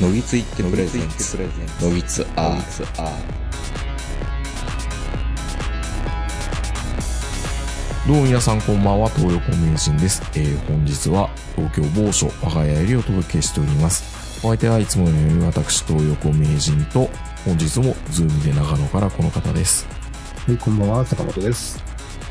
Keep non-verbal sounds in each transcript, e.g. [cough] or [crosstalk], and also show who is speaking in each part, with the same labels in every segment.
Speaker 1: のぎついってプレゼンツ
Speaker 2: プレゼンツ
Speaker 1: のぎつアーツアー
Speaker 3: どうも皆さんこんばんは、東横名人です。えー、本日は東京某所我が家よりお届けしております。お相手はいつものように私、東横名人と、本日もズームで長野からこの方です。
Speaker 4: はい、こんばんは、坂本です。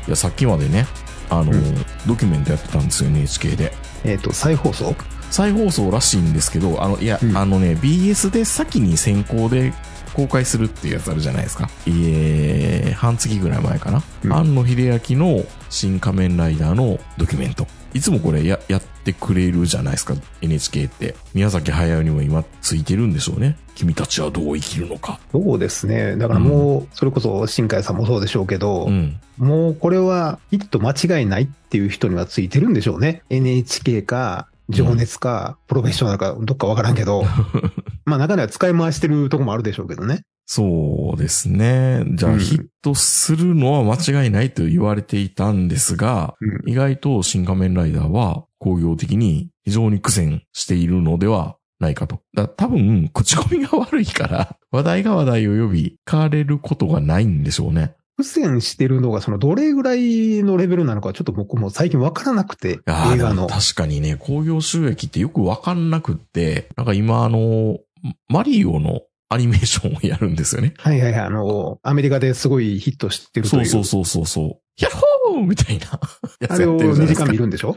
Speaker 3: いや、さっきまでね、あのー、
Speaker 4: う
Speaker 3: ドキュメントやってたんですよ、NHK で。
Speaker 4: えっ、と、再放送
Speaker 3: 再放送らしいんですけど、あの、いや、
Speaker 4: うん
Speaker 3: あのね、BS で先に先行で公開するっていうやつあるじゃないですか。えー、半月ぐらい前かな。
Speaker 4: うん
Speaker 3: 庵野秀明の新仮面ライダーのドキュメント。いつもこれや、やってくれるじゃないですか、NHK って。宮崎駿にも今ついてるんでしょうね。君たちはどう生きるのか。
Speaker 4: そうですね。だからもう、それこそ、新海さんもそうでしょうけど、
Speaker 3: うん。
Speaker 4: もうこれは、ヒット間違いないっていう人にはついてるんでしょうね。NHK か、情熱か、プロフェッショナルか、どっかわからんけど、
Speaker 3: [laughs]
Speaker 4: まあ中には使い回してるとこもあるでしょうけどね。
Speaker 3: そうですね。じゃ
Speaker 4: う
Speaker 3: あ
Speaker 4: ん
Speaker 3: ヒットするのは間違いないと言われていたんですが、
Speaker 4: うん。
Speaker 3: 意外と新仮面ライダーは工業的に非常に苦戦しているのではないかと。だ多分、口コミが悪いから、 [laughs] 話題が話題を呼び、かれることがないんでしょうね。
Speaker 4: 苦戦してるのが、その、どれぐらいのレベルなのか、ちょっと僕も最近わからなくて、
Speaker 3: いやー
Speaker 4: 映画
Speaker 3: でも
Speaker 4: の。
Speaker 3: 確かにね、工業収益ってよくわかんなくって、なんか今あの、マリオのアニメーションをやるんですよね。
Speaker 4: はいはいはい、あの、アメリカですごいヒットしてると
Speaker 3: そ
Speaker 4: いうう。
Speaker 3: そうそうそうそう。ヤッホーみたいなや
Speaker 4: あ
Speaker 3: つ
Speaker 4: れ
Speaker 3: や
Speaker 4: を
Speaker 3: ってるじゃないで
Speaker 4: 2時
Speaker 3: すか。
Speaker 4: 間見るんでしょ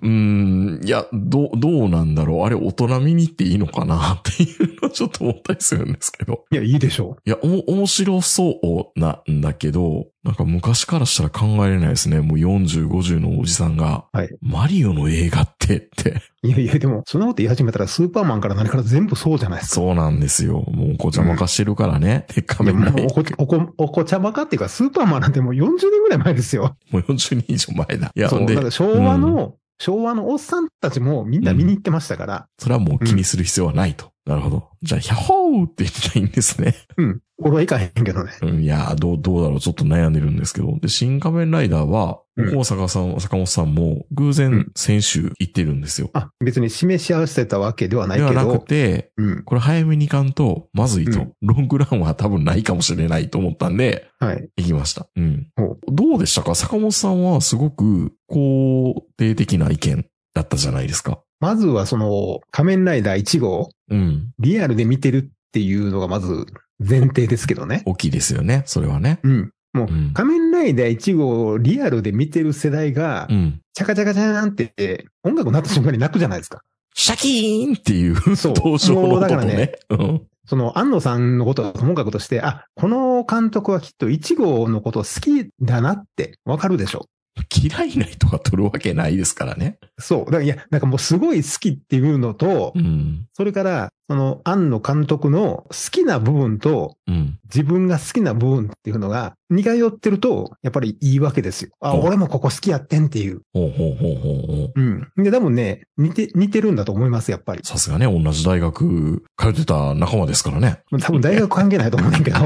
Speaker 3: うーん、いや、どう、どうなんだろう。あれ、大人見に行っていいのかなっていうのをちょっと思ったりするんですけど。
Speaker 4: いや、いいでしょう。
Speaker 3: いや、おも、面白そうなんだけど、なんか昔からしたら考えれないですね。もう40、50のおじさんが、
Speaker 4: はい
Speaker 3: マリオの映画って
Speaker 4: [laughs]
Speaker 3: って。
Speaker 4: いやいや、でも、そんなこと言い始めたら、スーパーマンから何から全部そうじゃないですか。
Speaker 3: そうなんですよ。もうごちゃまかしてるからね。で、仮
Speaker 4: いや
Speaker 3: 面ライ
Speaker 4: も
Speaker 3: ダ
Speaker 4: う
Speaker 3: ー
Speaker 4: おこ、おこ、おこちゃまかっていうか、スーパーマンなんてもう40年ぐらい前ですよ。
Speaker 3: もう40年以上前だ。いや、
Speaker 4: そう、
Speaker 3: ほん
Speaker 4: だ
Speaker 3: で
Speaker 4: か、ら昭和の、昭和のおっさんたちもみんな見に行ってましたから、
Speaker 3: それはもう気にする必要はないと。なるほど。じゃあ、ヒャホーって言ってないんですね。
Speaker 4: うん。俺はいかへんけどね。
Speaker 3: うんいやー、どう、どうだろう。ちょっと悩んでるんですけど。で、新仮面ライダーは、
Speaker 4: うん
Speaker 3: 大坂さん、坂本さんも、偶
Speaker 4: う
Speaker 3: 然
Speaker 4: ん、
Speaker 3: 先週行ってるんですよ。
Speaker 4: あ、別に示し合わせたわけではない
Speaker 3: では
Speaker 4: け
Speaker 3: なく
Speaker 4: ど、
Speaker 3: て、
Speaker 4: うん。
Speaker 3: これ早めに行かんと、まずいと、
Speaker 4: うん
Speaker 3: ロングランは多分ないかもしれないと思ったんで、
Speaker 4: はい。
Speaker 3: 行きました。うん
Speaker 4: ほう。
Speaker 3: どうでしたか坂本さんはすごく肯定的な意見だったじゃないですか。
Speaker 4: まずはその、仮面ライダー1号、
Speaker 3: うん。
Speaker 4: リアルで見てるっていうのがまず前提ですけどね。
Speaker 3: 大きいですよね。それはね。
Speaker 4: うん。もう
Speaker 3: うん、
Speaker 4: 仮面ライダー1号をリアルで見てる世代が
Speaker 3: う、ん。
Speaker 4: チャカチャカチャーンって音楽鳴った瞬間に泣くじゃないですか。
Speaker 3: シャキーンっていう
Speaker 4: そう
Speaker 3: [laughs] 登場の
Speaker 4: もう
Speaker 3: こ
Speaker 4: だか
Speaker 3: と
Speaker 4: ら
Speaker 3: ね
Speaker 4: ね。
Speaker 3: うん
Speaker 4: その、安野さんのことはともかくとして、あ、この監督はきっと1号のこと好きだなってわかるでしょ。
Speaker 3: 嫌いな人が取るわけないですからね。
Speaker 4: そう。だからいや、なんかもうすごい好きっていうのと
Speaker 3: う、ん。
Speaker 4: それから、その、安野監督の好きな部分と、
Speaker 3: うん。
Speaker 4: 自分が好きな部分っていうのが、似通ってると、やっぱりいいわけですよ。あ、
Speaker 3: うん
Speaker 4: 俺もここ好きやってんっていう。
Speaker 3: ほうほうほうほうほう。
Speaker 4: うん。で、多分ね、似て、似てるんだと思います、やっぱり。
Speaker 3: さすがね、同じ大学通ってた仲間ですからね。
Speaker 4: 多分大学関係ないと思う
Speaker 3: [laughs]
Speaker 4: ねんけど、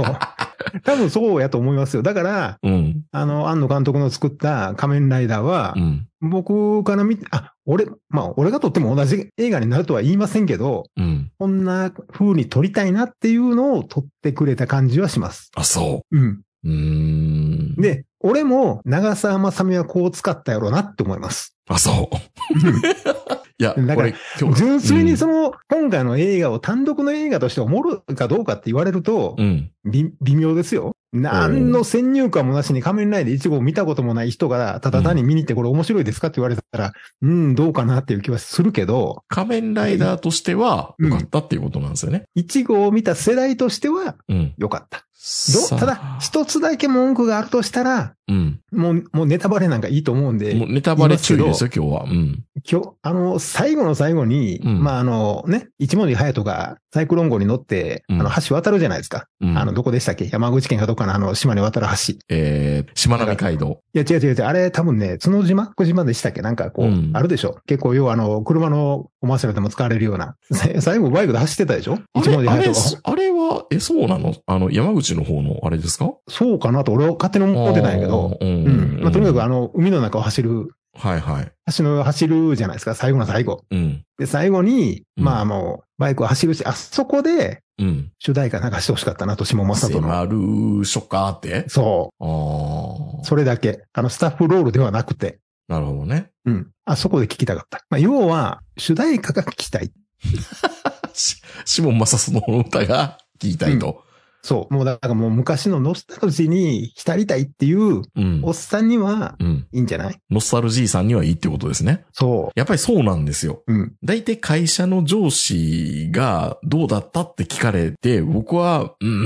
Speaker 4: 多分そうやと思いますよ。だから、
Speaker 3: うん。
Speaker 4: あの、安野監督の作った仮面ライダーは
Speaker 3: う、ん。
Speaker 4: 僕から見て、あ、俺、まあ、俺が撮っても同じ映画になるとは言いませんけど、
Speaker 3: うん。
Speaker 4: こんな風に撮りたいなっていうのを撮ってくれた感じはします。
Speaker 3: あ、そ
Speaker 4: うん。
Speaker 3: う。うーん。
Speaker 4: で、俺も長澤まさみはこう使ったやろうなって思い
Speaker 3: [laughs]
Speaker 4: ます。
Speaker 3: あ、そう。いや、
Speaker 4: だから
Speaker 3: これ、今日、
Speaker 4: 純粋に
Speaker 3: う
Speaker 4: その、今回の映画を単独の映画としておもろいかどうかって言われると、
Speaker 3: うん。
Speaker 4: び微妙ですよ。何の先入観もなしに仮面ライダー1号を見たこともない人が、ただ単に見に行ってこれ面白いですかって言われたら、うん、どうかなっていう気はするけど、
Speaker 3: 仮面ライダーとしては、
Speaker 4: うん
Speaker 3: 良かったっていうことなんですよね。
Speaker 4: 1号を見た世代としては
Speaker 3: うん。
Speaker 4: 良かった。
Speaker 3: さあ
Speaker 4: どうただ、一つだけ文句があるとしたら、
Speaker 3: うん。
Speaker 4: もう、もうネタバレなんかいいと思うんで、
Speaker 3: もうネタバレ注意ですよ、今日は。うん。
Speaker 4: 今日、あの、最後の最後に、
Speaker 3: うん
Speaker 4: まあ、あの、ね、一文字隼人がサイクロン号に乗って、
Speaker 3: うん
Speaker 4: あの、橋渡るじゃないですか。
Speaker 3: うん、
Speaker 4: あの、どこでしたっけ山口県かどっかのあの、島に渡る橋。い
Speaker 3: えー、しまなみ海道。
Speaker 4: や、違う違う違う、あれ多分ね、角島小島でしたっけなんかこう、
Speaker 3: うん
Speaker 4: あるでしょ結構、要はあの、車のコマーシャルでも使われるような。 [laughs] さ最後バイクで走ってたでしょ
Speaker 3: あ
Speaker 4: 一
Speaker 3: れ、
Speaker 4: 文字
Speaker 3: あれ
Speaker 4: 隼人が。、
Speaker 3: あれは、え、そうなのあの、山口の方の、あれですか
Speaker 4: そうかなと俺は勝手に思ってたんやけど。
Speaker 3: あーうん
Speaker 4: うん。まあ、とにかく
Speaker 3: あ
Speaker 4: あの、海の中を走る
Speaker 3: はいはい。
Speaker 4: 走る、走るじゃないですか、最後の最後。
Speaker 3: うん。
Speaker 4: で、最後に、
Speaker 3: うん
Speaker 4: まあもう、バイクは走るし、あそこで
Speaker 3: うん。
Speaker 4: 主題歌流してほしかったなと、下正人の。
Speaker 3: 迫るショッカーって
Speaker 4: そ
Speaker 3: あ
Speaker 4: う。
Speaker 3: あ。
Speaker 4: それだけ。あの、スタッフロールではなくて。
Speaker 3: なるほど
Speaker 4: [laughs]
Speaker 3: ね。
Speaker 4: うん。あそこで聞きたかった。まあ、要は、主題歌が聞きたい。
Speaker 3: し、シモン・マサソの歌が聞きたいと。
Speaker 4: そう。もうだからもう昔のノスタルジーに浸りたいってい
Speaker 3: う
Speaker 4: う
Speaker 3: ん。
Speaker 4: おっさんには
Speaker 3: うん。
Speaker 4: いいんじゃない
Speaker 3: ノスタルジーさんにはいいってことですね。
Speaker 4: そ
Speaker 3: やっぱりそうなんですよ。
Speaker 4: う。うん。
Speaker 3: 大体会社の上司がどうだったって聞かれて、僕は、うん、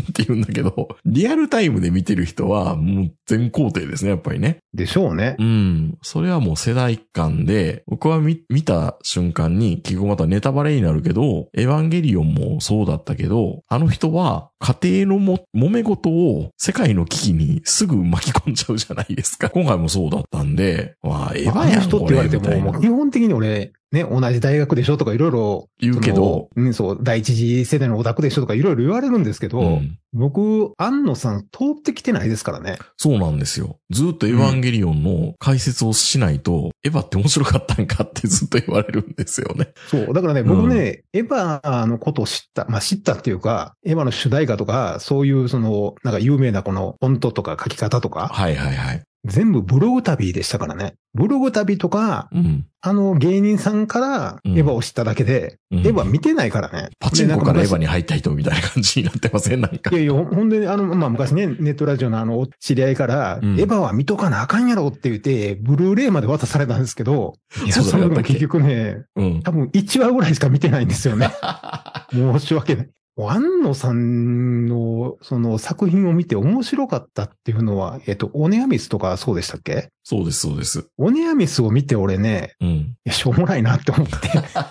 Speaker 3: って言うん [laughs] だけど、リアルタイムで見てる人はもう全肯定ですね、やっぱりね。
Speaker 4: でしょうね。
Speaker 3: うん。それはもう世代間で、僕は見、見た瞬間に、結局またネタバレになるけど、エヴァンゲリオンもそうだったけど、あの人は家庭のも、揉め事を世界の危機にすぐ巻き込んじゃうじゃないですか。今回もそうだったんで、わあ、エヴ
Speaker 4: あ
Speaker 3: ァや
Speaker 4: の
Speaker 3: ん、
Speaker 4: 人って
Speaker 3: こ
Speaker 4: 言わ
Speaker 3: れ、
Speaker 4: れて
Speaker 3: みたい
Speaker 4: も、も
Speaker 3: な
Speaker 4: う基。本的に俺、ね、同じ大学でしょとかいろいろ。
Speaker 3: 言うけど、
Speaker 4: その。うん、そう、第一次世代のオタクでしょとかいろいろ言われるんですけど、
Speaker 3: うん
Speaker 4: 僕、安野さん通ってきてないですからね。
Speaker 3: そうなんですよ。ずっとエヴァンゲリオンの解説をしないと、エヴァって面白かったんかってずっと言われるんですよね。
Speaker 4: そう。だからね、僕ね、エヴァのことを知った、まあ知ったっていうか、エヴァの主題歌とか、そういうその、なんか有名なこのフォントとか書き方とか、
Speaker 3: はいはいはい。
Speaker 4: 全部ブログ旅でしたからね。ブログ旅とか、
Speaker 3: うん。
Speaker 4: あの芸人さんからエヴァを知っただけで、
Speaker 3: うん
Speaker 4: エヴァ見てないからね。
Speaker 3: パチンコからエヴァ
Speaker 4: に。
Speaker 3: に入った人みたいな感じになってませんなんか
Speaker 4: い。やいや、ほほんでね、あの、まあ、昔ね、ネットラジオのあの、知り合いから、
Speaker 3: うん
Speaker 4: エヴァは見とかなあかんやろって言って、ブルーレイまで渡されたんですけど、いや、
Speaker 3: そうだ
Speaker 4: それ
Speaker 3: やった
Speaker 4: も
Speaker 3: っけ
Speaker 4: 結局ね、
Speaker 3: うん。
Speaker 4: 多分1話ぐらいしか見てないんですよ
Speaker 3: [laughs]
Speaker 4: ね。申し訳ない。安野さんの、その作品を見て面白かったっていうのは、えっと、オネアミスとかそうでしたっけ
Speaker 3: そうです、そうです。
Speaker 4: オネアミスを見て俺ね、 [laughs]
Speaker 3: うん。
Speaker 4: いや、しょうもないなって思って。 [laughs]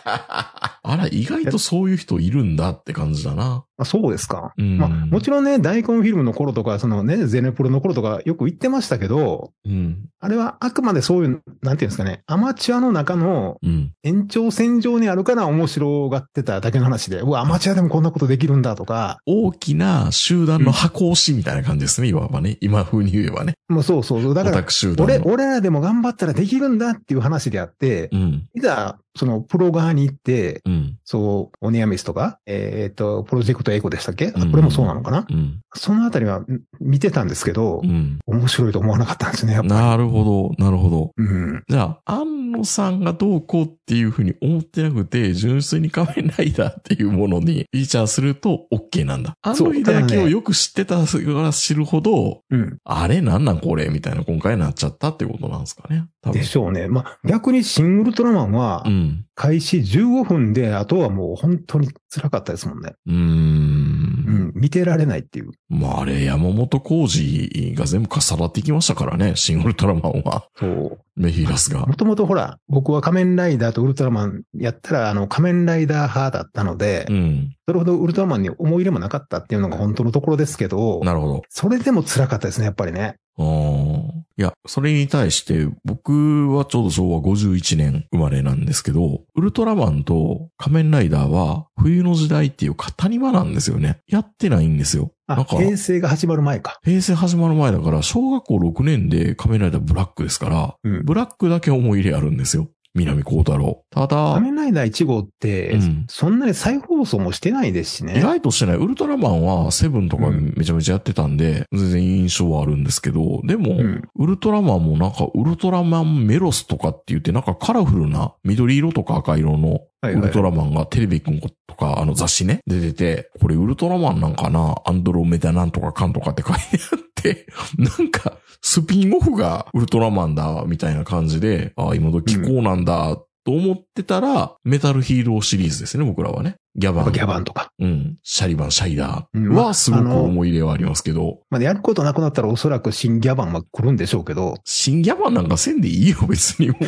Speaker 3: あら、意外とそういう人いるんだって感じだな。
Speaker 4: あそうですか。
Speaker 3: うん。
Speaker 4: まあ、もちろんね、大根フィルムの頃とか、そのね、ゼネプロの頃とかよく言ってましたけど、
Speaker 3: うん。
Speaker 4: あれはあくまでそういう、なんていうんですかね、アマチュアの中の
Speaker 3: うん。
Speaker 4: 延長線上にあるから面白がってただけの話で、うわ、アマチュアでもこんなことできるんだとか、
Speaker 3: 大きな集団の箱押しみたいな感じですね、いわばね。今風に言えばね。
Speaker 4: もうそうそうそう、だ
Speaker 3: オ
Speaker 4: か
Speaker 3: タ
Speaker 4: ら、
Speaker 3: ク集団
Speaker 4: 俺、
Speaker 3: の。
Speaker 4: 俺らでも頑張ったらできるんだっていう話であって、
Speaker 3: うん。
Speaker 4: いざ、その、プロ側に行って、
Speaker 3: うん。
Speaker 4: そう、オニアミスとか、えーっと、プロジェクトエコでしたっけあ
Speaker 3: うん
Speaker 4: これもそうなのかな
Speaker 3: うん。
Speaker 4: そのあたりはん見てたんですけど
Speaker 3: う、ん。
Speaker 4: 面白いと思わなかったんですね、やっぱ。
Speaker 3: なるほど、なるほど。
Speaker 4: うん。
Speaker 3: じゃあ、安野さんがどうこうっていうふうに思ってなくて、純粋に仮面ライダーっていうものにフィーチャーすると OK なんだ。安
Speaker 4: そう
Speaker 3: 野秀
Speaker 4: ただ
Speaker 3: 明を
Speaker 4: ね
Speaker 3: よく知ってたから知るほど、
Speaker 4: うん。
Speaker 3: あれなんなんこれみたいな今回になっちゃったってことなんですかね。多分
Speaker 4: で。しょうね。まあ、逆にシン・ウルトラマンは
Speaker 3: う、ん。
Speaker 4: 開始15分で、あとはもう本当に辛かったですもんね。
Speaker 3: うー。
Speaker 4: うんん、見てられないっていう。
Speaker 3: まああれ、山本浩二が全部重なっていきましたからね、シン・ウルトラマンは。
Speaker 4: そう。
Speaker 3: メヒラスが
Speaker 4: も。ともとほら、僕は仮面ライダーとウルトラマンやったら、あの、仮面ライダー派だったので、
Speaker 3: うん。
Speaker 4: それほどウルトラマンに思い入れもなかったっていうのが本当のところですけど、
Speaker 3: なるほど。
Speaker 4: それでも辛かったですね、やっぱりね。
Speaker 3: あーいや、それに対して、僕はちょうど昭和51年生まれなんですけど、ウルトラマンと仮面ライダーは冬の時代っていうか谷間なんですよね。やってないんですよ。な
Speaker 4: あ、
Speaker 3: んか、
Speaker 4: 平成が始まる前か。
Speaker 3: 平成始まる前だから、小学校6年で仮面ライダーブラックですから、
Speaker 4: うん
Speaker 3: ブラックだけ思い入れあるんですよ。南光太郎。ただ
Speaker 4: 仮、面ライダー1号って、
Speaker 3: うん
Speaker 4: そんなに再放送もしてないですし
Speaker 3: 意
Speaker 4: ね。
Speaker 3: 外としてない。ウルトラマンはセブンとかめちゃめちゃやってたんで、全然印象はあるんですけど、でも、
Speaker 4: うん。
Speaker 3: ウルトラマンもなんか、ウルトラマンメロスとかって言って、なんかカラフルな緑色とか赤色の
Speaker 4: はい
Speaker 3: ウ
Speaker 4: は
Speaker 3: ル
Speaker 4: い
Speaker 3: ト。ラマンがテレビくんとか、あの雑誌ね、出てて、これウルトラマンなんかな、アンドロメダなんとかかんとかって書いてあって、 [laughs] なんか、スピンオフがウルトラマンだ、みたいな感じで、ああ、今時こうなんだ、と思ってたら、メタルヒーローシリーズですね、僕らはね。ギャ
Speaker 4: や
Speaker 3: バ
Speaker 4: っぱ
Speaker 3: ン。
Speaker 4: ギャバンとか。
Speaker 3: うん。シャリバン、シャイダ
Speaker 4: う
Speaker 3: ー
Speaker 4: んま
Speaker 3: は、すご
Speaker 4: あ
Speaker 3: く
Speaker 4: の
Speaker 3: 思い入れはありますけど、
Speaker 4: まあ、やることなくなったらおそらく新ギャバンは来るんでしょうけど、
Speaker 3: 新ギャバンなんかせんでいいよ、 [laughs] 別にもう。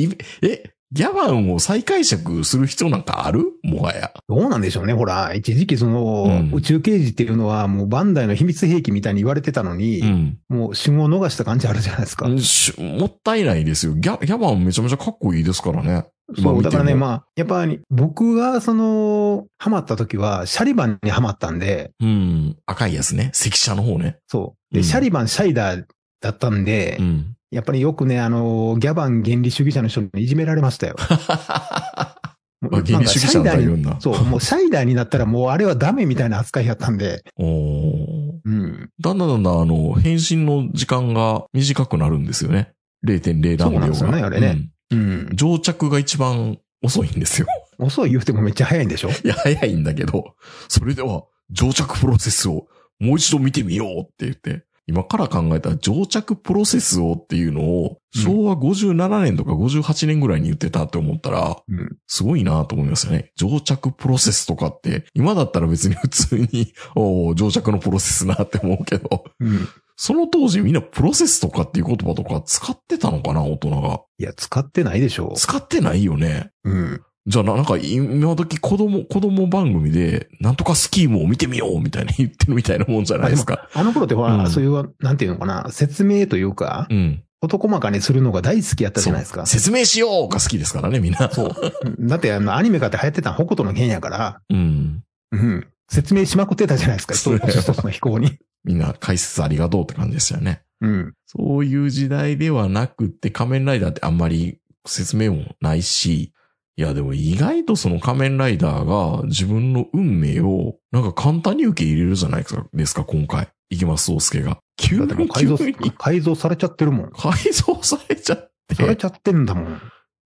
Speaker 3: いえ、ギャバンを再解釈する必要なんかあるもはや。
Speaker 4: どうなんでしょうね。ほら、一時期その、
Speaker 3: うん
Speaker 4: 宇宙刑事っていうのはもうバンダイの秘密兵器みたいに言われてたのに、
Speaker 3: ん。
Speaker 4: もう旬を逃した感じあるじゃないですか。
Speaker 3: しもったいないですよ。ギャ、ギャバンめちゃめちゃかっこいいですからね。今
Speaker 4: そ
Speaker 3: 見
Speaker 4: う、
Speaker 3: て
Speaker 4: だ
Speaker 3: も
Speaker 4: からね、まあ、やっぱり僕がその、ハマった時は、シャリバンにハマったんで、
Speaker 3: うん。赤いやつね。赤車の方ね。
Speaker 4: そう。で、
Speaker 3: うん
Speaker 4: シャリバン、シャイダーだったんで、
Speaker 3: [laughs] うん。
Speaker 4: やっぱりよくね、あの、ギャバン原理主義者の人にいじめられ
Speaker 3: [laughs]
Speaker 4: ましたよ。もう
Speaker 3: あ原理主義者なんだいろんな
Speaker 4: そう、もうシャイダーになったらもうあれはダメみたいな扱いやったんで、
Speaker 3: おー
Speaker 4: うん。
Speaker 3: だんだんだんだん、あの、返信の時間が短くなるんですよね。0.0何秒が。
Speaker 4: そうなんですよねあれねうん
Speaker 3: うん。。定着が一番遅いん
Speaker 4: [laughs]
Speaker 3: ですよ。
Speaker 4: 遅い言うてもめっちゃ早いんでしょ
Speaker 3: いや、早いんだけど、それでは、定着プロセスをもう一度見てみようって言って、今から考えたら定着プロセスをっていうのを、
Speaker 4: うん
Speaker 3: 昭和57年とか58年ぐらいに言ってたって思ったら、
Speaker 4: うん。
Speaker 3: すごいなと思いますよね。定着プロセスとかって、今だったら別に普通に、 [laughs] おー定着のプロセスなって思うけど、
Speaker 4: うん。
Speaker 3: その当時みんなプロセスとかっていう言葉とか使ってたのかな、大人が。
Speaker 4: いや、使ってないでしょ
Speaker 3: 使ってないよね。
Speaker 4: うん。
Speaker 3: じゃあな、なんか今時子供、子供番組で、なんとかスキームを見てみようみたいに言ってるみたいなもんじゃないですか。
Speaker 4: あの頃ってほら、
Speaker 3: うん
Speaker 4: そういう、なんていうのかな、説明と [laughs] いうか、
Speaker 3: うん。
Speaker 4: 事細かにするのが大好きやったじゃないですか
Speaker 3: そう。説明しようが好きですからね、みんな。そう。
Speaker 4: だって、あの、アニメ化って流行ってたの北斗の剣やから、
Speaker 3: [laughs] うん。
Speaker 4: うん。説明しまくってたじゃないですか、
Speaker 3: そう
Speaker 4: 一
Speaker 3: だよ
Speaker 4: つ一つの飛行に。
Speaker 3: みんな解説ありがとうって感じですよね。
Speaker 4: うん。
Speaker 3: そういう時代ではなくって、仮面ライダーってあんまり説明もないし、いやでも意外とその仮面ライダーが自分の運命をなんか簡単に受け入れるじゃないですか、ですか今回。いきます、宗介が。急
Speaker 4: だってもう
Speaker 3: に、
Speaker 4: 改
Speaker 3: 急
Speaker 4: 造、
Speaker 3: に
Speaker 4: 改造されちゃってるもん。
Speaker 3: [laughs] 改造されちゃって。
Speaker 4: されちゃってんだもん。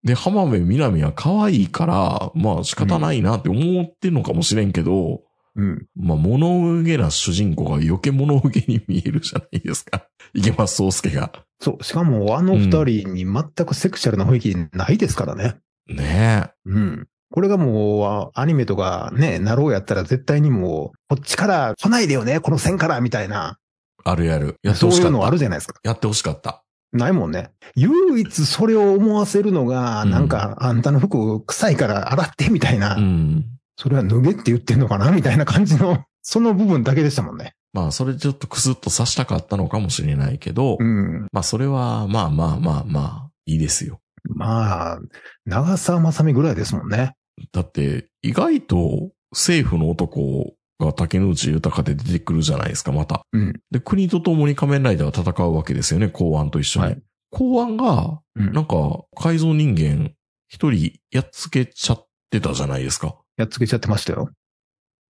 Speaker 3: で、浜辺美波は可愛いから、まあ仕方ないなって思ってんのかもしれんけど、
Speaker 4: うん。
Speaker 3: まあ物憂げな主人公が余計物憂げに見えるじゃないです
Speaker 4: [laughs]
Speaker 3: か。池松壮介が。
Speaker 4: そう。しかも、あの二人に全くセクシャルな雰囲気ないですからね。
Speaker 3: ねえ。
Speaker 4: うん。これがもう、アニメとかね、なろうやったら絶対にもう、こっちから来ないでよね、この線から、みたいな。
Speaker 3: あるやる。やって
Speaker 4: そう
Speaker 3: ほし
Speaker 4: い
Speaker 3: か
Speaker 4: う
Speaker 3: っ
Speaker 4: の
Speaker 3: た。
Speaker 4: あるじゃないですか。
Speaker 3: やってほしかった。
Speaker 4: ないもんね。唯一それを思わせるのが、
Speaker 3: うん
Speaker 4: なんか、あんたの服臭いから洗ってみたいな、
Speaker 3: うん。
Speaker 4: それは脱げって言ってんのかなみたいな感じの、その部分だけでしたもんね。
Speaker 3: まあそれちょっとクスッと刺したかったのかもしれないけど、
Speaker 4: うん。
Speaker 3: まあそれはまあまあまあまあ、いいですよ。
Speaker 4: まあ、長澤まさみぐらいですもんね。
Speaker 3: だって意外と政府の男が竹野内豊で出てくるじゃないですか、また。
Speaker 4: うん。
Speaker 3: で、国と共に仮面ライダーは戦うわけですよね、公安と一緒に。
Speaker 4: はい
Speaker 3: 公安が、
Speaker 4: うん
Speaker 3: なんか、改造人間、一人やっつけちゃってたじゃないですか。
Speaker 4: やっつけちゃってましたよ。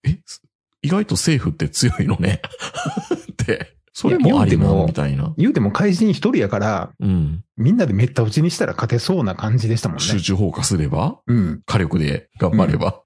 Speaker 3: え、す意外と政府って強いのね。 [laughs] って、それもあり
Speaker 4: いや言うて
Speaker 3: な、
Speaker 4: も
Speaker 3: みたいな。
Speaker 4: 言うても怪人一人やから、
Speaker 3: うん。
Speaker 4: みんなでめった打ちにしたら勝てそうな感じでしたもん
Speaker 3: 集
Speaker 4: ね。
Speaker 3: 中放火すれば
Speaker 4: うん。
Speaker 3: 火力で頑張れば、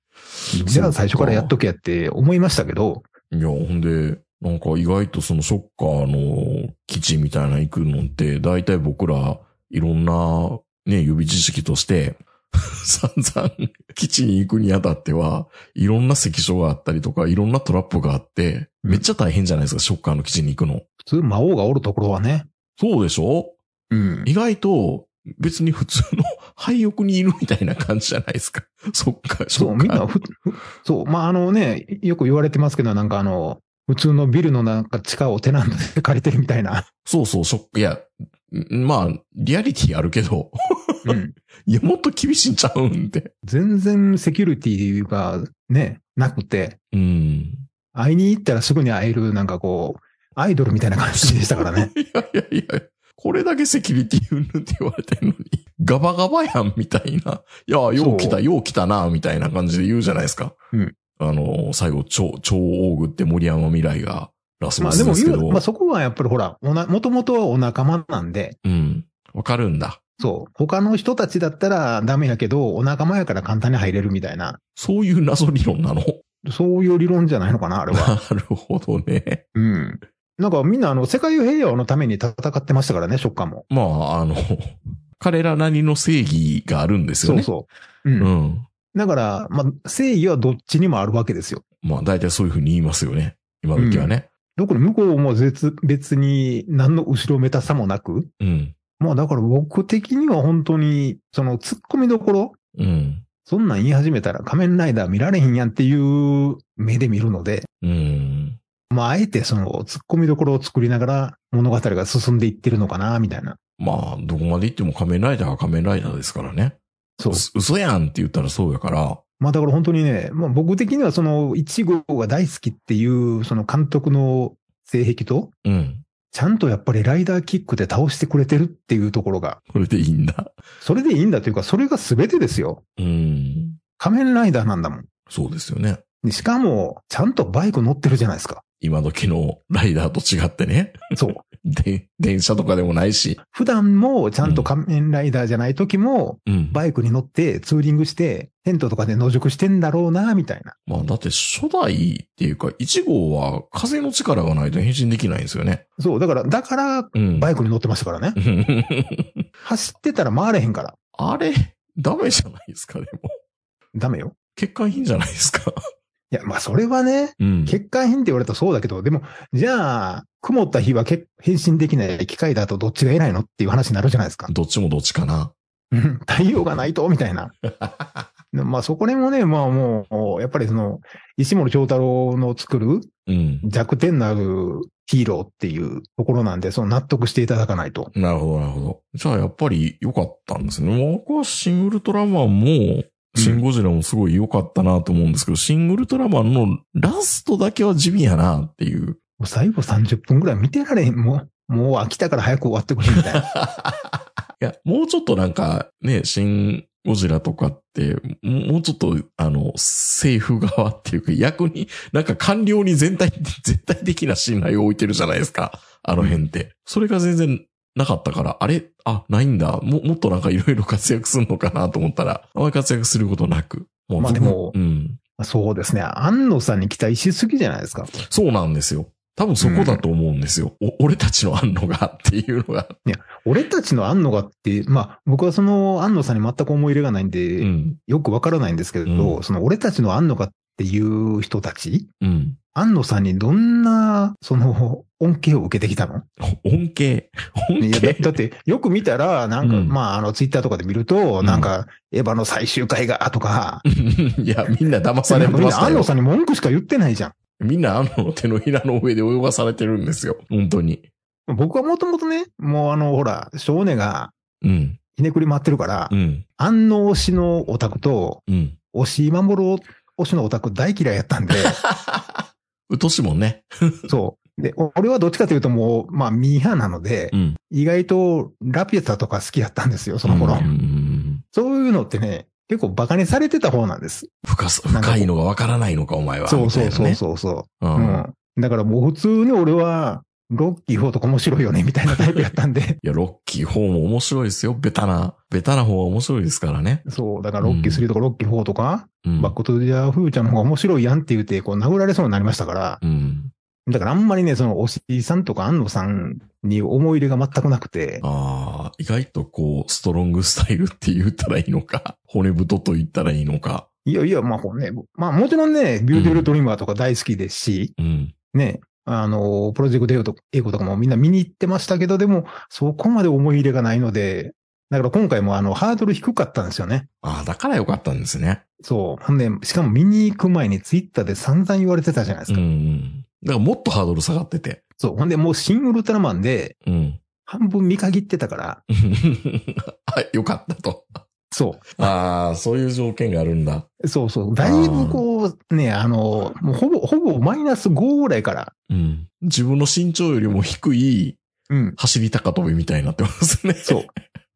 Speaker 4: じゃあ最初からやっとけやって思いましたけど、
Speaker 3: いや、ほんで、なんか意外とそのショッカーの基地みたいなの行くのって、大体僕らいろんなね、予備知識として、 [laughs] 散々基地に行くにあたっては、いろんな関所があったりとか、いろんなトラップがあって、めっちゃ大変じゃないですか、ショッカーの基地に行くの。
Speaker 4: 普通魔王がおるところはね、
Speaker 3: そうでしょ
Speaker 4: うん。
Speaker 3: 意外と、別に普通の [laughs] 廃屋にいるみたいな感じじゃないですか。そっか、シ
Speaker 4: そ
Speaker 3: ョ
Speaker 4: う、
Speaker 3: ッ
Speaker 4: みん
Speaker 3: カ
Speaker 4: な
Speaker 3: ー。
Speaker 4: ふ、ふそう、まあ、あのね、よく言われてますけど、なんかあの、普通のビルのなんか地下をテナントで借りてるみたいな。
Speaker 3: そうそう、ショック。いや、んまあ、リアリティあるけど、
Speaker 4: うん。
Speaker 3: いや、もっと厳しいんちゃうんって。
Speaker 4: [laughs] 全然セキュリティがね、なくて、
Speaker 3: うん。
Speaker 4: 会いに行ったらすぐに会える、なんかこう、アイドルみたいな感じでしたからね。
Speaker 3: いやいやいや、これだけセキュリティうんぬんって言われてるのに、ガバガバやんみたいな。いや、よう来た、よう来たな、みたいな感じで言うじゃないですか。
Speaker 4: うん
Speaker 3: あの、最後、超、超大具って森山未来がラス
Speaker 4: [laughs] ま
Speaker 3: ボ
Speaker 4: あで
Speaker 3: ス
Speaker 4: も
Speaker 3: ですけど。
Speaker 4: 言う、まあそこはやっぱりほら、おな、もともとはお仲間なんで、
Speaker 3: うん。わかるんだ。
Speaker 4: そう、他の人たちだったらダメやけど、お仲間やから簡単に入れるみたいな、
Speaker 3: そういう謎理論
Speaker 4: [laughs]
Speaker 3: なの。
Speaker 4: そういう理論じゃないのかな、あれは。
Speaker 3: なるほどね。
Speaker 4: [laughs] うん。なんかみんなあの、世界平和のために戦ってましたからね、ショッカーも。
Speaker 3: まあ、あの、彼らなりの正義があるんですよね。う
Speaker 4: そうそう。うん。
Speaker 3: うん。
Speaker 4: だから、まあ、正義はどっちにもあるわけですよ。
Speaker 3: まあ、大体そういうふうに言いますよね。今時はね。
Speaker 4: 特に向こうも別別に何の後ろめたさもなく、
Speaker 3: うん。
Speaker 4: まあだから僕的には本当に、その突っ込みどころ、
Speaker 3: うん。
Speaker 4: そんなん言い始めたら仮面ライダー見られへんやんっていう目で見るので、
Speaker 3: うん。
Speaker 4: まああえてその突っ込みどころを作りながら物語が進んでいってるのかな、みたいな。
Speaker 3: まあ、どこまで行っても仮面ライダーは仮面ライダーですからね。
Speaker 4: そう。
Speaker 3: う嘘やんって言ったらそうやから。
Speaker 4: まあだから本当にね、まあ僕的にはその1号が大好きっていうその監督の性癖と、
Speaker 3: うん。
Speaker 4: ちゃんとやっぱりライダーキックで倒してくれてるっていうところが、
Speaker 3: これでいいんだ。
Speaker 4: それでいいんだというか、それが全てですよ。
Speaker 3: うん。
Speaker 4: 仮面ライダーなんだもん。
Speaker 3: そうですよね。
Speaker 4: でしかも、ちゃんとバイク乗ってるじゃないですか。
Speaker 3: 今時のライダーと違ってね。 [laughs]
Speaker 4: そう。
Speaker 3: で、電車とかでもないし。
Speaker 4: 普段もちゃんと仮面ライダーじゃない時も、
Speaker 3: うん。
Speaker 4: バイクに乗ってツーリングして、テントとかで野宿してんだろうな、みたいな。
Speaker 3: まあ、だって初代っていうか、1号は風の力がないと変身できないんですよね。
Speaker 4: そう、だから、だから、
Speaker 3: うん。
Speaker 4: バイクに乗ってましたからね。走ってたら回れへんから。
Speaker 3: [laughs] あれ、ダメじゃないですか、でも。
Speaker 4: ダメよ。
Speaker 3: 欠陥品じゃないですか。
Speaker 4: いや、まあ、それはね、
Speaker 3: うん。
Speaker 4: 欠陥品って言われたらそうだけど、でも、じゃあ、曇った日はけ変身できない機械だとどっちが偉いのっていう話になるじゃないですか。
Speaker 3: どっちもどっちかな。
Speaker 4: うん太陽がないと、みたいな。
Speaker 3: [laughs]
Speaker 4: でまあ、そこら辺もね、まあもう、やっぱりその、石森章太郎の作る
Speaker 3: うん。
Speaker 4: 弱点のあるヒーローっていうところなんで、その納得していただかないと。
Speaker 3: なるほど、なるほど。じゃあ、やっぱり良かったんですね。僕はシン・ウルトラマンも、シン・ゴジラもすごい良かったなと思うんですけど、シン・ウルトラマンのラストだけは地味やなっていう。
Speaker 4: もう最後30分ぐらい見てられへん。もう、もう飽きたから早く終わってほしいみた
Speaker 3: [laughs]
Speaker 4: いな。
Speaker 3: いや、もうちょっとなんか、ね、シン・ゴジラとかって、もうちょっと、あの、政府側っていうか、役に、なんか官僚に全体、 [laughs] 絶対的な信頼を置いてるじゃないですか。あの辺って。それが全然なかったから、あれあ、ないんだ。も、もっとなんかいろいろ活躍するのかなと思ったら、あまり活躍することなく。も
Speaker 4: まあでも
Speaker 3: うん。
Speaker 4: そうですね。安野さんに期待しすぎじゃないですか。
Speaker 3: そうなんですよ。多分そこだと思うんですよ。お俺たちの安野がっていうのが。
Speaker 4: 俺たちの安野がって、まあ、僕はその安野さんに全く思い入れがないんで、
Speaker 3: うん。
Speaker 4: よくわからないんですけれど、
Speaker 3: う
Speaker 4: その俺たちの安野がっていう人たち、
Speaker 3: うん。
Speaker 4: 安野さんにどんな、その、恩恵を受けてきたの
Speaker 3: 恩恵。 [laughs] 恩
Speaker 4: いやだ
Speaker 3: 恵。
Speaker 4: だって、よく見たら、なんか、
Speaker 3: うん
Speaker 4: まあ、あの、ツイッターとかで見ると、
Speaker 3: うん
Speaker 4: なんか、エヴァの最終回が、とか、
Speaker 3: [laughs] いや、みんな騙さ
Speaker 4: み
Speaker 3: れて
Speaker 4: ん
Speaker 3: ま
Speaker 4: な
Speaker 3: した
Speaker 4: 安野
Speaker 3: よ。
Speaker 4: さんに文句しか言ってないじゃ
Speaker 3: みんなあの手のひらの上で泳がされてるんですよ。本当に。
Speaker 4: ん。僕はもともとね、もうあの、ほら、少年が
Speaker 3: うん。
Speaker 4: ひねくり回ってるから、
Speaker 3: うん。
Speaker 4: 安野推しのオタクと、
Speaker 3: うん。
Speaker 4: 押井守推しのオタク大嫌いやった
Speaker 3: [laughs]
Speaker 4: んで、
Speaker 3: うとしもんね。
Speaker 4: そう。で、お俺はどっちかというともう、まあ、ミーハーなので、
Speaker 3: うん。
Speaker 4: 意外とラピュタとか好きやったんですよ、その頃。
Speaker 3: うんうんうん
Speaker 4: そういうのってね、結構バカにされてた方なんです。
Speaker 3: 深す深いのがわからないのか、お前は。
Speaker 4: そうそうそう
Speaker 3: み
Speaker 4: そうそう。
Speaker 3: たいなねうん。い。
Speaker 4: うん。だからもう普通に俺は、ロッキー4とか面白いよね、みたいなタイプやったんで
Speaker 3: [laughs] や、ロッキー4も面白いですよ。ベタな、ベタな方は面白いですからね。
Speaker 4: そう、だからロッキー3とかロッキー4とか、
Speaker 3: うん。
Speaker 4: バックトゥザフューチャーの方が面白いやんって言って、こう殴られそうになりましたから、
Speaker 3: うん。
Speaker 4: だからあんまりね、その、おしさんとか安野さんに思い入れが全くなくて、
Speaker 3: ああ、意外とこう、ストロングスタイルって言ったらいいのか、 [laughs] 骨太と言ったらいいのか。
Speaker 4: いやいや、まあこうね、まあもちろんね、ビューティルドリーマーとか大好きですし、
Speaker 3: うん。
Speaker 4: ね、あの、プロジェクト A と英語とかもみんな見に行ってましたけど、でも、そこまで思い入れがないので、だから今回もあの、ハードル低かったんですよね。
Speaker 3: ああ、だからよかったんですね。
Speaker 4: そう。ほんで、しかも見に行く前にツイッターで散々言われてたじゃない
Speaker 3: う
Speaker 4: です
Speaker 3: ん
Speaker 4: か。
Speaker 3: うん。だからもっとハードル下がってて。
Speaker 4: そう。ほんで、もうシン・ウルトラマンで
Speaker 3: うん。
Speaker 4: 半分見限ってたから、
Speaker 3: [laughs] あ、よかったと。
Speaker 4: そ
Speaker 3: ああ、そういう条件があるんだ。
Speaker 4: う。そうそう。だいぶこう、ね、あの、もうほぼ、ほぼマイナス5ぐらいから、
Speaker 3: うん。自分の身長よりも低い
Speaker 4: うん。
Speaker 3: 走り高跳びみたいになってますね。
Speaker 4: そう。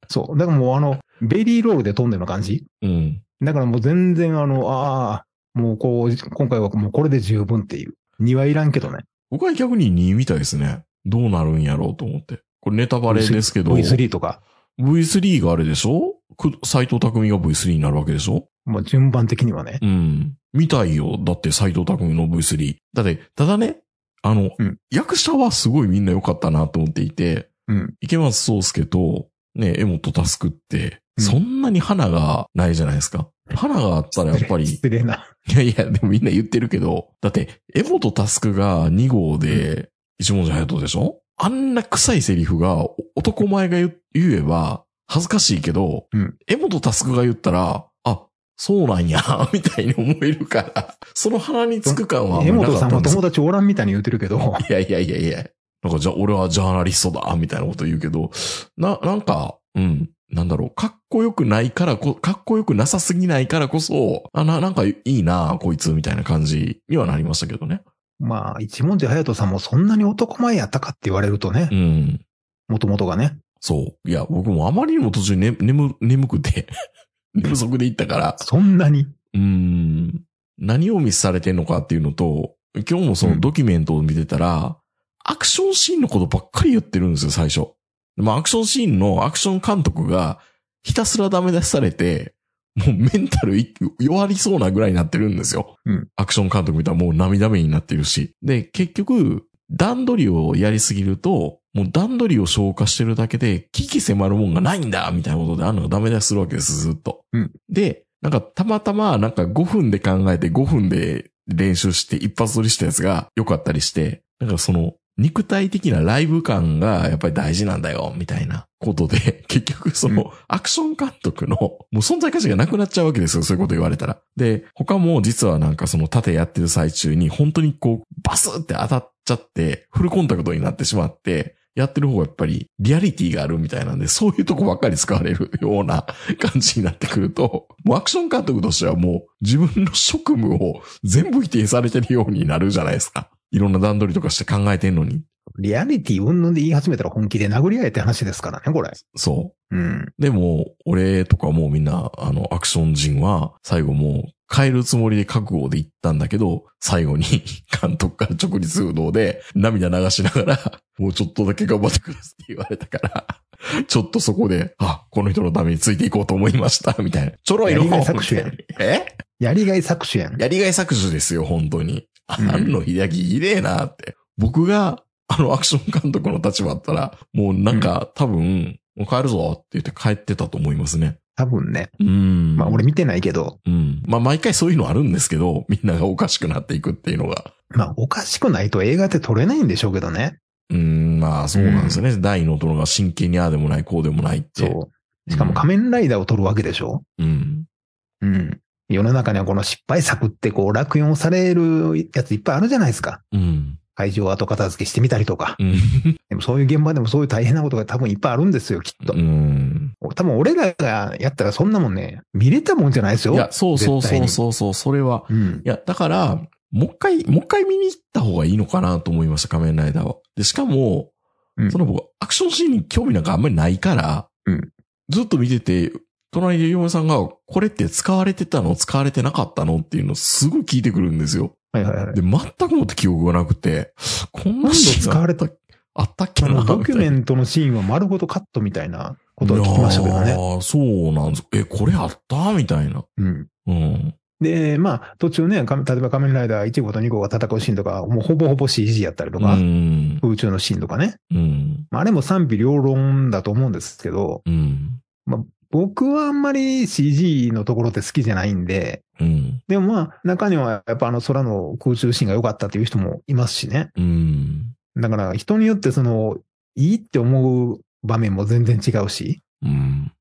Speaker 4: そう。だからもうあの、ベリーロールで飛んでるような感じ
Speaker 3: うん。
Speaker 4: だからもう全然あの、ああ、もうこう、今回はもうこれで十分っていう。2はいらんけどね。
Speaker 3: 僕は逆に2位みたいですね。どうなるんやろうと思って。これネタバレですけど、
Speaker 4: V3 とか、
Speaker 3: V3 があれでしょ斎藤匠が V3 になるわけでしょ
Speaker 4: もう順番的にはね。
Speaker 3: うん。みたいよ。だって斎藤匠の V3。だって、ただね、あの、
Speaker 4: うん
Speaker 3: 役者はすごいみんな良かったなと思っていて、
Speaker 4: うん。
Speaker 3: 池松壮介と、ね、江本タスクって、
Speaker 4: うん
Speaker 3: そんなに花がないじゃないですか。花があったらやっぱり、い
Speaker 4: [laughs] 失礼な。
Speaker 3: やいや、でもみんな言ってるけど、だって、江本タスクが2号で、一文字隼人でしょあんな臭いセリフが、お男前が言う言えば、恥ずかしいけど、
Speaker 4: うん
Speaker 3: 江本タスクが言ったら、あ、そうなんや、 [laughs] みたいに思えるから、その鼻につく感はあん
Speaker 4: 江
Speaker 3: まな
Speaker 4: 本
Speaker 3: か
Speaker 4: さ
Speaker 3: っ
Speaker 4: ん
Speaker 3: た
Speaker 4: は
Speaker 3: んです
Speaker 4: 友達おらんみたいに言ってるけど、
Speaker 3: いやいやいやいや。なんかじゃあ俺はジャーナリストだ、みたいなこと言うけど、な、なんか、うん。なんだろう、かっこよくないからこ、かっこよくなさすぎないからこそ、あ、な、なんかいいな、こいつ、みたいな感じにはなりましたけどね。
Speaker 4: まあ、一文字隼人さんもそんなに男前やったかって言われるとね
Speaker 3: う、ん。
Speaker 4: もともとがね。
Speaker 3: そう。いや、僕もあまりにも途中に、ね、眠、眠くて、 [laughs] 寝不足で行ったから、
Speaker 4: そんなに。
Speaker 3: うーん、何をミスされてんのかっていうのと、今日もそのドキュメントを見てたら、アクションシーンのことばっかり言ってるんですよ、最初。まあ、アクションシーンのアクション監督がひたすらダメ出しされて、もうメンタルい弱りそうなぐらいになってるんですよ。
Speaker 4: うん
Speaker 3: アクション監督見たらもう涙目になってるし。で、結局、段取りをやりすぎると、もう段取りを消化してるだけで、危機迫るもんがないんだみたいなことで、あのダメ出しするわけです、ずっと。
Speaker 4: うん
Speaker 3: で、なんかたまたま、なんか5分で考えて5分で練習して一発撮りしたやつが良かったりして、なんかその、肉体的なライブ感がやっぱり大事なんだよ、みたいなことで、 [laughs] 結局その、アクション監督の、もう存在価値がなくなっちゃうわけですよ、そういうこと言われたら。で、他も実はなんかその盾やってる最中に、本当にこう、バスって当たっちゃって、フルコンタクトになってしまって、やってる方がやっぱりリアリティがあるみたいなんで、そういうとこばっかり使われるような感じになってくると、もうアクション監督としてはもう自分の職務を全部否定されてるようになるじゃないですか。いろんな段取りとかして考えてんのに。
Speaker 4: リアリティ云々で言い始めたら本気で殴り合えって話ですからね、これ。
Speaker 3: そう。
Speaker 4: うん。
Speaker 3: でも、俺とかもうみんな、あの、アクション人は、最後もう、変えるつもりで覚悟で行ったんだけど、最後に [laughs] 監督から直立不動で涙流しながら、もうちょっとだけ頑張ってくださいって言われたから、ちょっとそこで、あ、この人のためについていこうと思いました、みたいな。ちょろいの
Speaker 4: やりがい搾取やん
Speaker 3: みたいなえ
Speaker 4: やりがい搾取やん。
Speaker 3: やりがい搾取ですよ、本当に。あ
Speaker 4: うん
Speaker 3: んの秀明ひでえなって。僕が、あのアクション監督の立場だったら、もうなんか、多分、もう帰るぞって言って帰ってたと思いますね。
Speaker 4: 多分ね。
Speaker 3: うん。
Speaker 4: まあ、俺見てないけど、
Speaker 3: うん。まあ毎回そういうのあるんですけど、みんながおかしくなっていくっていうのが。
Speaker 4: まあ、おかしくないと映画って撮れないんでしょうけどね。
Speaker 3: うん、まあそうなんですよね。大の大人が真剣にああでもない、こうでもないって。
Speaker 4: そう。しかも仮面ライダーを撮るわけでしょ
Speaker 3: うん。
Speaker 4: うん。世の中にはこの失敗作ってこう落用されるやついっぱいあるじゃないですか。
Speaker 3: うん。
Speaker 4: 会場を後片付けしてみたりとか。
Speaker 3: うん。
Speaker 4: でもそういう現場でもそういう大変なことが多分いっぱいあるんですよ、きっと。
Speaker 3: うん。
Speaker 4: 多分俺らがやったらそんなもんね、見れたもんじゃないですよ。
Speaker 3: いや、そうそう
Speaker 4: 絶対
Speaker 3: そ
Speaker 4: に
Speaker 3: うそうそう、それは。
Speaker 4: うん。
Speaker 3: いや、だから、もう一回、もう一回見に行った方がいいのかなと思いました、仮面ライダーは。で、しかも、
Speaker 4: うん
Speaker 3: その僕、アクションシーンに興味なんかあんまりないから、
Speaker 4: うん
Speaker 3: ずっと見てて、隣で嫁さんが、これって使われてたの使われてなかったのっていうのをすごい聞いてくるんですよ。
Speaker 4: はいはいはい。
Speaker 3: で、全くもって記憶がなくて、こんなシーン
Speaker 4: 今度使われ
Speaker 3: あったあったっけ
Speaker 4: あ
Speaker 3: な
Speaker 4: の、ドキュメ
Speaker 3: ン
Speaker 4: ントのシーンは丸ごとカットみたいなことを聞きましたけどね。
Speaker 3: ああ、そうなんです。え、これあったみたいな。
Speaker 4: うん。
Speaker 3: うん。
Speaker 4: で、まあ、途中ね、か例えば仮面ライダー1号と2号が戦うシーンとか、もうほぼほぼ CG やったりと
Speaker 3: う
Speaker 4: か、
Speaker 3: ん。
Speaker 4: 空中のシーンとかね。
Speaker 3: うん。
Speaker 4: まあ、あれも賛否両論だと思うんですけど、
Speaker 3: うん。
Speaker 4: 僕はあんまり CG のところって好きじゃないんで、
Speaker 3: うん。
Speaker 4: でもまあ、中にはやっぱあの空の空中シーンが良かったっていう人もいますしね。
Speaker 3: うん。
Speaker 4: だから人によってその、いいって思う場面も全然違うし。
Speaker 3: うん。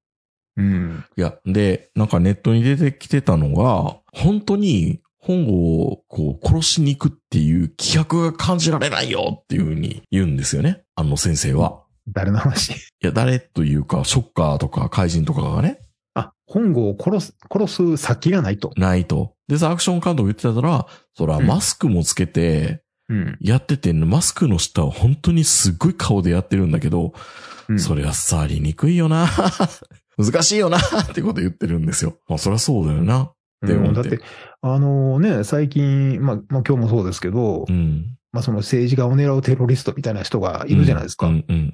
Speaker 4: うん。
Speaker 3: いや、で、なんかネットに出てきてたのが、本当に本郷をこう殺しに行くっていう気迫が感じられないよっていうふうに言うんですよね。あの先生は。
Speaker 4: 誰の話 [laughs]
Speaker 3: いや、誰というか、ショッカーとか怪人とかがね、
Speaker 4: あ、本郷を殺す、殺す先がないと。
Speaker 3: ないと。でさ、アクション監督言ってたら、そら、
Speaker 4: うん
Speaker 3: マスクもつけて、
Speaker 4: うん。
Speaker 3: やってて、マスクの下を本当にすっごい顔でやってるんだけど、
Speaker 4: うん
Speaker 3: それは触りにくいよな [laughs] 難しいよなってこと言ってるんですよ。まあ、そりゃそうだよな。って思
Speaker 4: う
Speaker 3: っ
Speaker 4: ん
Speaker 3: て
Speaker 4: だって、あのね、最近、まあ、まあ今日もそうですけど、
Speaker 3: うん。
Speaker 4: まあその政治家を狙うテロリストみたいな人がいるじゃないですか。
Speaker 3: うん、うん。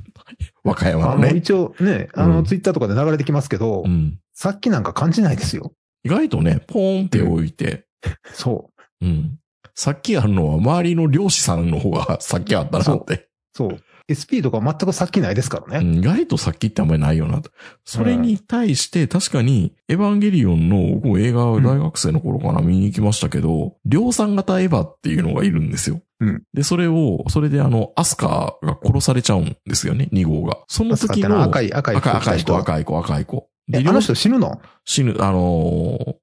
Speaker 3: [laughs] 和歌山の
Speaker 4: あの
Speaker 3: ね。
Speaker 4: 一応ね、あ
Speaker 3: う
Speaker 4: の
Speaker 3: ん
Speaker 4: ツイッターとかで流れてきますけど、
Speaker 3: うん。
Speaker 4: さっきなんか感じないですよ。
Speaker 3: 意外とね、ポーンって置いて、
Speaker 4: そう。
Speaker 3: うん。さっきあるのは周りの漁師さんの方が [laughs] さっきあったなって。
Speaker 4: そう。SP とか全くさっきないですから
Speaker 3: う
Speaker 4: ね。
Speaker 3: ん意外とさっきってあんまりないよなと。それに対して確かに、エヴァンゲリオンの僕映画を大学生の頃かな見に行きましたけど、量産型エヴァっていうのがいるんですよ。
Speaker 4: うん
Speaker 3: で、それを、それであの、アスカが殺されちゃうんですよね、2号が。その
Speaker 4: マスカっ
Speaker 3: 時
Speaker 4: て
Speaker 3: の
Speaker 4: の赤い、赤い服
Speaker 3: 赤い
Speaker 4: 着た
Speaker 3: 赤い
Speaker 4: 人
Speaker 3: 子、。赤い子、赤い子。
Speaker 4: え
Speaker 3: で
Speaker 4: あの人死ぬの
Speaker 3: 死ぬ、あのー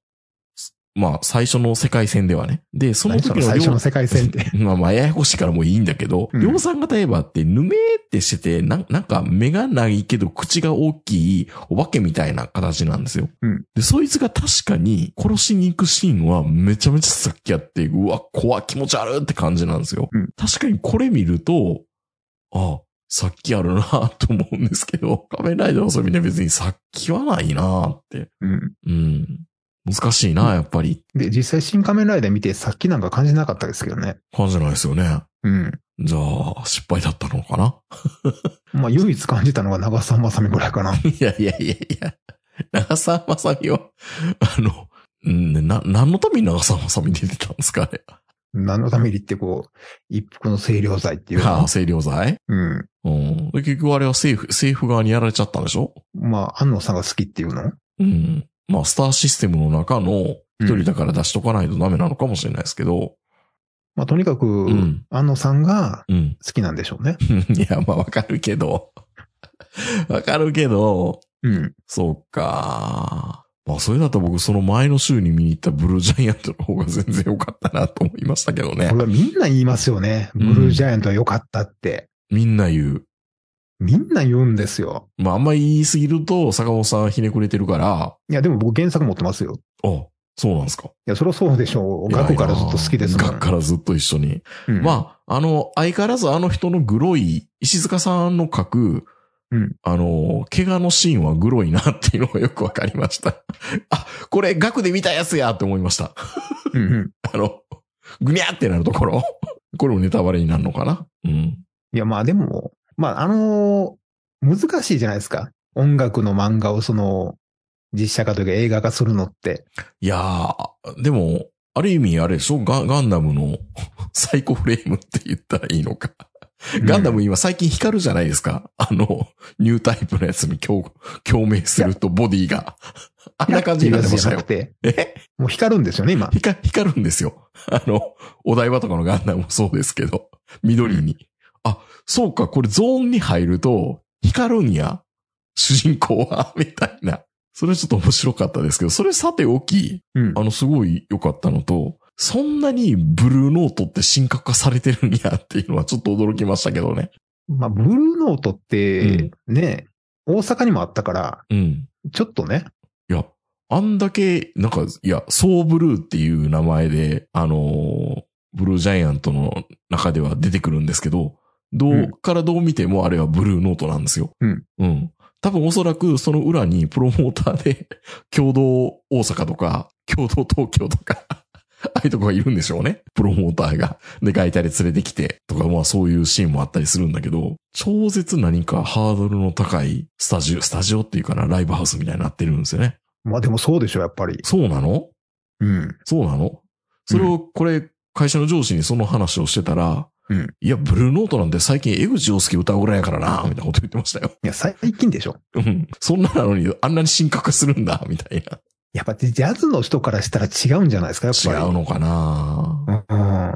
Speaker 3: すまあ、最初の世界戦ではね。で、その
Speaker 4: 何そ
Speaker 3: 時
Speaker 4: の
Speaker 3: の
Speaker 4: 最初
Speaker 3: 量
Speaker 4: の世界戦
Speaker 3: [laughs]
Speaker 4: って。
Speaker 3: まあまあ、ややこしいからもういいんだけど、
Speaker 4: うん
Speaker 3: 量産型エヴァって、ぬめーってしてて、なんなんか目がないけど口が大きいお化けみたいな形なんですよ。
Speaker 4: うん
Speaker 3: で、そいつが確かに殺しに行くシーンはめちゃめちゃさっきやって、うわ、怖い気持ち悪いって感じなんですよ。
Speaker 4: うん
Speaker 3: 確かにこれ見ると、ああ、さっきあるなと思うんですけど、仮面ライダーの遊びね別にさっきはないなって。
Speaker 4: うん。
Speaker 3: うん。難しいな、やっぱり。
Speaker 4: で、実際新仮面ライダー見てさっきなんか感じなかったですけどね。
Speaker 3: 感じないですよね。
Speaker 4: うん。
Speaker 3: じゃあ、失敗だったのかな
Speaker 4: まあ、唯一感じたのが長澤まさみぐらいか
Speaker 3: [laughs]
Speaker 4: な。
Speaker 3: [laughs] いやいやいやいや。長澤まさみは、あの、うんな、何のために長澤まさみ出てたんですかね。
Speaker 4: 何のためにってこう、一服の清涼剤っていう
Speaker 3: あ
Speaker 4: か
Speaker 3: あ、。清涼剤
Speaker 4: うん。
Speaker 3: うん。で結局あれは政府、政府側にやられちゃったんでしょ
Speaker 4: まあ、安野さんが好きっていうの
Speaker 3: うん。まあ、スターシステムの中の一人だから出しとかないとダメなのかもしれないですけど。
Speaker 4: まあ、とにかく、
Speaker 3: ん
Speaker 4: 安野さんが
Speaker 3: うん。 [laughs]
Speaker 4: 好きなんでしょうね。
Speaker 3: いや、まあ、わかるけど。わかるけど、
Speaker 4: うん。
Speaker 3: そうか。まあ、それだと僕、その前の週に見に行ったブルージャイアントの方が全然良かったなと思いましたけどね
Speaker 4: これ。はみんな言いますよね。ブ
Speaker 3: うん
Speaker 4: ルージャイアントは良かったって。
Speaker 3: みんな言う。
Speaker 4: みんな言うんですよ。
Speaker 3: まあ、あんまり言いすぎると、坂本さんひねくれてるから、
Speaker 4: いや、でも僕原作持ってますよ。い
Speaker 3: あ、そうなんですか。
Speaker 4: や、そりゃそうでしょう。学校からずっと好きですもん。
Speaker 3: 学からずっと一緒に。
Speaker 4: うん
Speaker 3: まあ、あの、相変わらずあの人のグロい、石塚さんの書く、
Speaker 4: うん
Speaker 3: あの、怪我のシーンはグロいなっていうのがよくわかりました。 [laughs] あ、これ学で見たやつやって思いました。
Speaker 4: うんうん
Speaker 3: あの、ぐにゃってなるところ。 [laughs] これもネタバレになるのかなうん。
Speaker 4: いや、まあでも、まああのー難しいじゃないですか。音楽の漫画をその、実写化というか映画化するのって。
Speaker 3: いやー、でも、ある意味あれでしょガガンダムの [laughs] サイコフレームって言ったらいいのか。 [laughs] ガンダム今最近光るじゃないですか。あの、ニュータイプのやつに共共鳴するとボディが。あんな感じになってましたよ
Speaker 4: な。て
Speaker 3: え
Speaker 4: もう光るんですよ
Speaker 3: [laughs]
Speaker 4: ね、今。
Speaker 3: 光光るんですよ。 [laughs] あの、お台場とかのガンダムもそうですけど、緑に。あ、そうか、これゾーンに入ると光るんや。主人公は、 [laughs] みたいな。それちょっと面白かったですけど、それさておき、
Speaker 4: うん
Speaker 3: あ。の、すごい良かったのと、そんなにブルーノートって神格化されてるんやっていうのはちょっと驚きましたけどね。
Speaker 4: まあ、ブルーノートって、ね、大阪にもあったから、
Speaker 3: うん。
Speaker 4: ちょっとね、
Speaker 3: いや、あんだけ、なんか、いや、ソーブルーっていう名前で、あのーブルージャイアントの中では出てくるんですけど、どう、
Speaker 4: うん
Speaker 3: からどう見てもあれはブルーノートなんですよ。
Speaker 4: うん。
Speaker 3: うん。多分おそらくその裏にプロモーターで、 [laughs] 共同大阪とか、共同東京とか、 [laughs] ああいうとこがいるんでしょうね。プロモーターが。で、外体で連れてきて、とか、まあそういうシーンもあったりするんだけど、超絶何かハードルの高いスタジオ、スタジオっていうかな、ライブハウスみたいになってるんですよね。
Speaker 4: まあでもそうでしょ、やっぱり。
Speaker 3: そうなの
Speaker 4: うん。
Speaker 3: そうなのそれを、これ、会社の上司にその話をしてたら、
Speaker 4: うん
Speaker 3: いや、ブルーノートなんて最近江口洋介歌うぐらいやからな、みたいなこと言ってましたよ。
Speaker 4: いや、最近でしょ。
Speaker 3: うん。そんななのに、あんなに深刻化するんだ、みたいな。
Speaker 4: やっぱジャズの人からしたら違うんじゃないですか、やっぱり。
Speaker 3: 違うのかな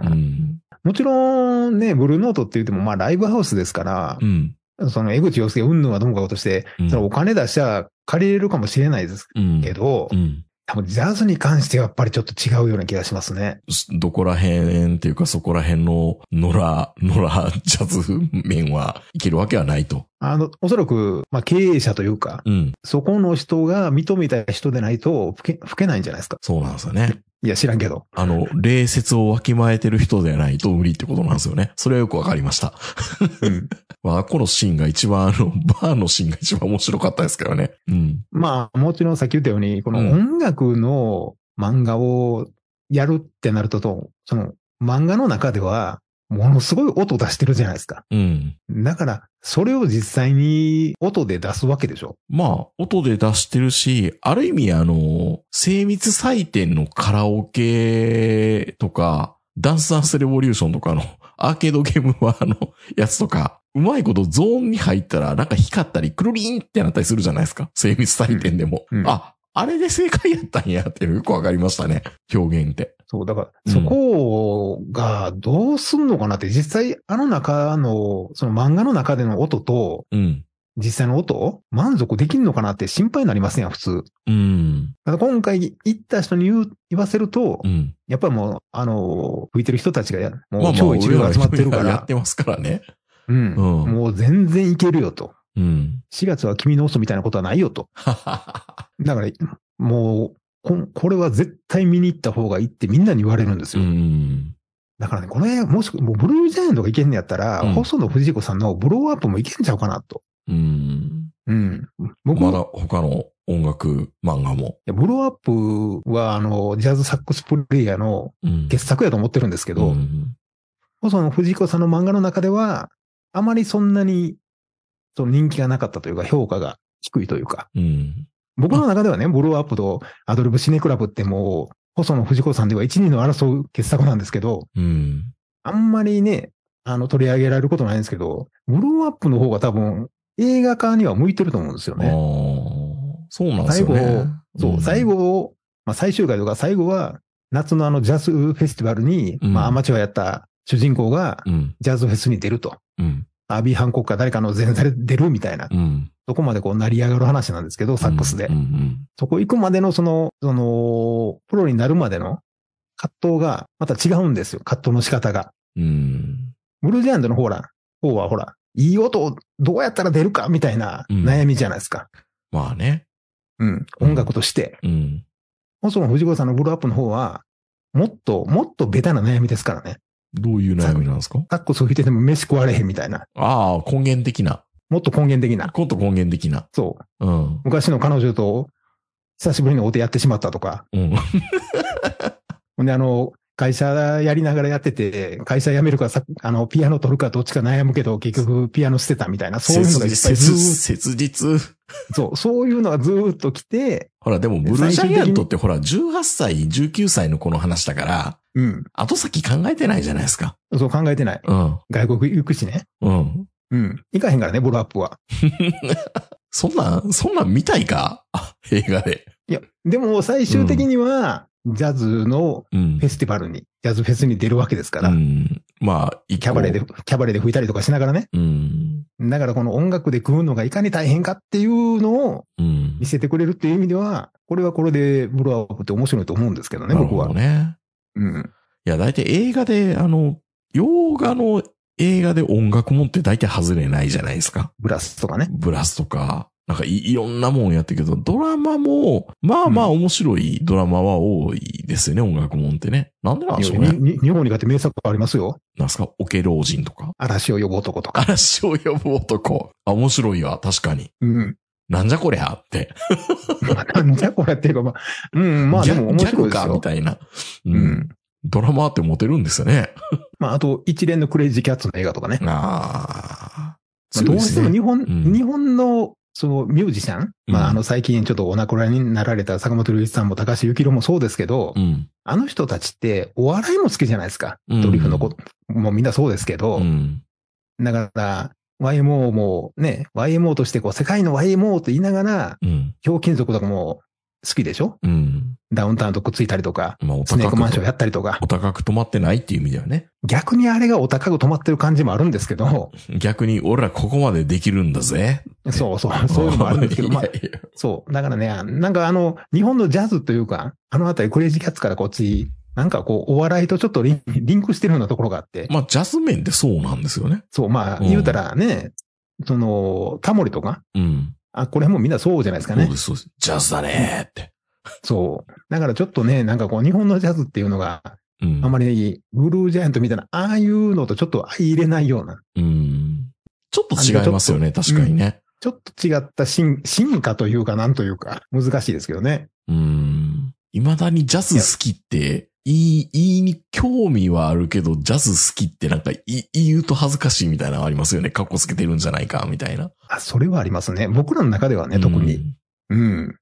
Speaker 4: うん
Speaker 3: うん。
Speaker 4: もちろんね、ブルーノートって言っても、まあライブハウスですから
Speaker 3: う、ん。
Speaker 4: その江口洋介云々はどうかとして、
Speaker 3: うん
Speaker 4: そのお金出しゃ借りれるかもしれないです
Speaker 3: うん。
Speaker 4: けど
Speaker 3: う、ん。
Speaker 4: 多分ジャズに関してはやっぱりちょっと違うような気がしますね。
Speaker 3: どこら辺っていうか、そこら辺の野良、野良ジャズ面はいけるわけはないと。
Speaker 4: あの、おそらく、まあ経営者というか、
Speaker 3: うん。
Speaker 4: そこの人が認めた人でないと吹け、吹けないんじゃないですか。
Speaker 3: そうなんですよね。
Speaker 4: いや、知らんけど。
Speaker 3: あの、礼節をわきまえてる人でないと無理ってことなんですよね。それはよくわかりました。
Speaker 4: うん
Speaker 3: まあ、このシーンが一番、あの、バーのシーンが一番面白かったですからね。うん。
Speaker 4: まあ、もちろんさっき言ったように、この
Speaker 3: うん
Speaker 4: 音楽の漫画をやるってなるとと、その漫画の中では、ものすごい音出してるじゃないですか。
Speaker 3: うん。
Speaker 4: だから、それを実際に音で出すわけでしょ。
Speaker 3: まあ、音で出してるし、ある意味、あの、精密採点のカラオケとか、ダンスダンスレボリューションとかの、アーケードゲームはあの、やつとか、うまいことゾーンに入ったら、なんか光ったり、クルリンってなったりするじゃないですか。精密採点でも。
Speaker 4: うんうん
Speaker 3: あ、あれで正解やったんやっていうのよくわかりましたね。表現って。
Speaker 4: そう、だから、
Speaker 3: うん
Speaker 4: そこがどうすんのかなって、実際あの中の、その漫画の中での音と、
Speaker 3: うん。
Speaker 4: 実際の音満足できんのかなって心配になりませんやん、普通。
Speaker 3: うん。
Speaker 4: ただ今回行った人に言う、言わせると、
Speaker 3: うん。
Speaker 4: やっぱりもう、あのー、吹いてる人たちがや、
Speaker 3: まあ
Speaker 4: もう
Speaker 3: まあ、
Speaker 4: 超一流が集まってる
Speaker 3: 俺
Speaker 4: から
Speaker 3: や
Speaker 4: ら
Speaker 3: って、ますからね。
Speaker 4: うん。
Speaker 3: うん
Speaker 4: もう全然いけるよと。
Speaker 3: うん。
Speaker 4: 4月は君の嘘みたいなことはないよと。
Speaker 3: ははは
Speaker 4: だから、もう、こんこれは絶対見に行った方がいいってみんなに言われるんです
Speaker 3: う
Speaker 4: よ。
Speaker 3: ん。
Speaker 4: だからね、これ、もしくもうブルージャイアントがいけんのやったら、
Speaker 3: うん
Speaker 4: 細野藤子さんのブローアップもいけんちゃうかなと。
Speaker 3: うん。
Speaker 4: うん。僕
Speaker 3: ま
Speaker 4: も、
Speaker 3: だ
Speaker 4: い
Speaker 3: 他の音楽漫画も。
Speaker 4: やブローアップは、あの、ジャズサックスプレイヤーの
Speaker 3: うん。
Speaker 4: 傑作やと思ってるんですけど、
Speaker 3: うん
Speaker 4: 細野藤子さんの漫画の中では、あまりそんなに、その人気がなかったというか、評価が低いというか、
Speaker 3: うん。
Speaker 4: 僕の中ではね、ブローアップとアドリブシネクラブってもう、細野藤子さんでは一人の争う傑作なんですけど、
Speaker 3: うん。
Speaker 4: あんまりね、あの、取り上げられることないんですけど、ブローアップの方が多分、映画化には向いてると思うんですよ
Speaker 3: ああ
Speaker 4: ね。、
Speaker 3: そうなんですよ
Speaker 4: 最後
Speaker 3: ね。、
Speaker 4: そう、
Speaker 3: ん
Speaker 4: 最。後を、まあ最終回とか最後は、夏のあのジャズフェスティバルに、
Speaker 3: うん
Speaker 4: まあアマチュアやった主人公が
Speaker 3: うん。
Speaker 4: ジャズフェスに出ると。
Speaker 3: うん。
Speaker 4: アービー・ハンコックか誰かの前座で出るみたいな、
Speaker 3: うん。
Speaker 4: そこまでこう成り上がる話なんですけど、サックスで
Speaker 3: うん。うん
Speaker 4: そこ行くまでのその、その、プロになるまでの葛藤がまた違うんですよ。葛藤の仕方が。
Speaker 3: うん。うん
Speaker 4: ブルージャイアントのほら、方はほら、いい音をどうやったら出るかみたいな
Speaker 3: うん
Speaker 4: 悩みじゃないですか。
Speaker 3: まあね。
Speaker 4: うん。
Speaker 3: うん
Speaker 4: 音楽として。
Speaker 3: うん。
Speaker 4: 細野藤子さんのブルーアップの方は、もっと、もっとベタな悩みですからね。
Speaker 3: どういう悩みなんですか
Speaker 4: タックス吹いてても飯食われへんみたいな。
Speaker 3: ああ、根源的な。
Speaker 4: もっと根源的な。
Speaker 3: こと根源的な。
Speaker 4: そう。
Speaker 3: うん。
Speaker 4: 昔の彼女と久しぶりにお手やってしまったとか。
Speaker 3: うん。 [laughs]
Speaker 4: ほんで、あの、会社やりながらやってて、会社辞めるかさ、あの、ピアノ取るかどっちか悩むけど、結局ピアノ捨てたみたいな、そういうのがいっぱ
Speaker 3: 切
Speaker 4: いず
Speaker 3: 実
Speaker 4: ーっ
Speaker 3: 切実。
Speaker 4: と、そう、そういうのがずーっと来て、
Speaker 3: ほら、でも、ブルージャイアントってほら、18歳、19歳の子の話だから、
Speaker 4: うん、
Speaker 3: 後先考えてないじゃないですか。
Speaker 4: そう考えてない。
Speaker 3: うん。
Speaker 4: 外国行くしね。
Speaker 3: うん。
Speaker 4: うん。行かへんからね、ボロアップは。
Speaker 3: そんなん、そんなん見たいかあ映画で。
Speaker 4: いや、でも最終的には、ジャズの
Speaker 3: うん
Speaker 4: フェ。スティバルに、ジャズフェスに出るわけですから、
Speaker 3: うん。まあ、一個
Speaker 4: キャバレーで、。キャバレーで吹いたりとかしながらね。
Speaker 3: うん。
Speaker 4: だからこの音楽で食うのがいかに大変かっていうのを
Speaker 3: うん
Speaker 4: 見。せてくれるっていう意味では、これはこれでブロアップって面白いと思うんですけどね、
Speaker 3: なる
Speaker 4: 僕
Speaker 3: ほ
Speaker 4: は
Speaker 3: ど。ね。
Speaker 4: うん。
Speaker 3: いや、大体映画で、あの、洋画の映画で音楽もんって大体外れないじゃないですか。
Speaker 4: ブラスとかね。
Speaker 3: ブラスとか、なんかいいろんなもんやってるけど、ドラマも、まあまあ面白いドラマは多いですよね、音楽もんってね。なんでなんでしょうね。
Speaker 4: にに日本にだって名作ありますよ。
Speaker 3: なんすかオケ老人とか。
Speaker 4: 嵐を呼ぶ男とか。
Speaker 3: 嵐を呼ぶ男。あ、面白いわ、確かに。
Speaker 4: うん。
Speaker 3: なんじゃこりゃって。
Speaker 4: まあなんじゃこれっていうか、まあ、うん、まあでも面白いで
Speaker 3: 逆
Speaker 4: す
Speaker 3: か、み
Speaker 4: よ。
Speaker 3: たいな。う。
Speaker 4: うんん。
Speaker 3: ドラマってモテるんですよね。
Speaker 4: まあ、あと、一連のクレイジーキャッツの映画とかね。
Speaker 3: ああ。
Speaker 4: まあどうしても
Speaker 3: ね。
Speaker 4: 日本、
Speaker 3: ん
Speaker 4: 日本の、そのミュージシャン、
Speaker 3: うん
Speaker 4: まあ、あの、最近ちょっとお亡くなりになられた坂本龍一さんも高橋幸宏もそうですけど、
Speaker 3: うん。
Speaker 4: あの人たちってお笑いも好きじゃないですか。
Speaker 3: うん
Speaker 4: ドリフのこと、もうみんなそうですけど、
Speaker 3: うん。
Speaker 4: だから、YMO もね、YMO としてこう、世界の YMO と言いながら、
Speaker 3: うん。
Speaker 4: ひょうきん族とかも好きでしょ
Speaker 3: うん。
Speaker 4: ダウンタウンとくっついたりとか、
Speaker 3: まあ、お
Speaker 4: スネー
Speaker 3: 高
Speaker 4: ク
Speaker 3: く
Speaker 4: マンションやったりとか
Speaker 3: お、高く止まってないっていう意味ではね。
Speaker 4: 逆にあれがお高く止まってる感じもあるんです
Speaker 3: [laughs]
Speaker 4: けど、
Speaker 3: 逆に、俺らここまでできるんだぜ。
Speaker 4: そうそう、そういうのもあるん
Speaker 3: [laughs]
Speaker 4: ですけど、まあ
Speaker 3: い、やいや
Speaker 4: そう。だからね、なんかあの、日本のジャズというか、あのあたりクレイジーキャッツからこっち、なんかこう、お笑いとちょっとリンリンクしてるようなところがあって、
Speaker 3: まあ、ジャズ面ってそうなんですよね。
Speaker 4: そう、まあ、
Speaker 3: うん
Speaker 4: 言うたらね、その、タモリとか、
Speaker 3: うん。
Speaker 4: あ、これもみんなそうじゃないです
Speaker 3: そ
Speaker 4: か
Speaker 3: う
Speaker 4: ね
Speaker 3: で。す、そうです。ジャズだねーって。
Speaker 4: そう。だからちょっとね、なんかこう、日本のジャズっていうのが、
Speaker 3: うん。
Speaker 4: あまり、ブルージャイアントみたいな、ああいうのとちょっと相入れないような、
Speaker 3: うん。ちょっと違いますよね、確かにね。
Speaker 4: ちょっと違った進進化というか、なんというか、難しいですけどね。
Speaker 3: うん。未だにジャズ好きって、言い、言いに興味はあるけど、ジャズ好きってなんか言い、言うと恥ずかしいみたいなのありますよね。カッコつけてるんじゃないか、みたいな。
Speaker 4: あ、それはありますね。僕らの中ではね、特
Speaker 3: う
Speaker 4: に。
Speaker 3: ん
Speaker 4: うん。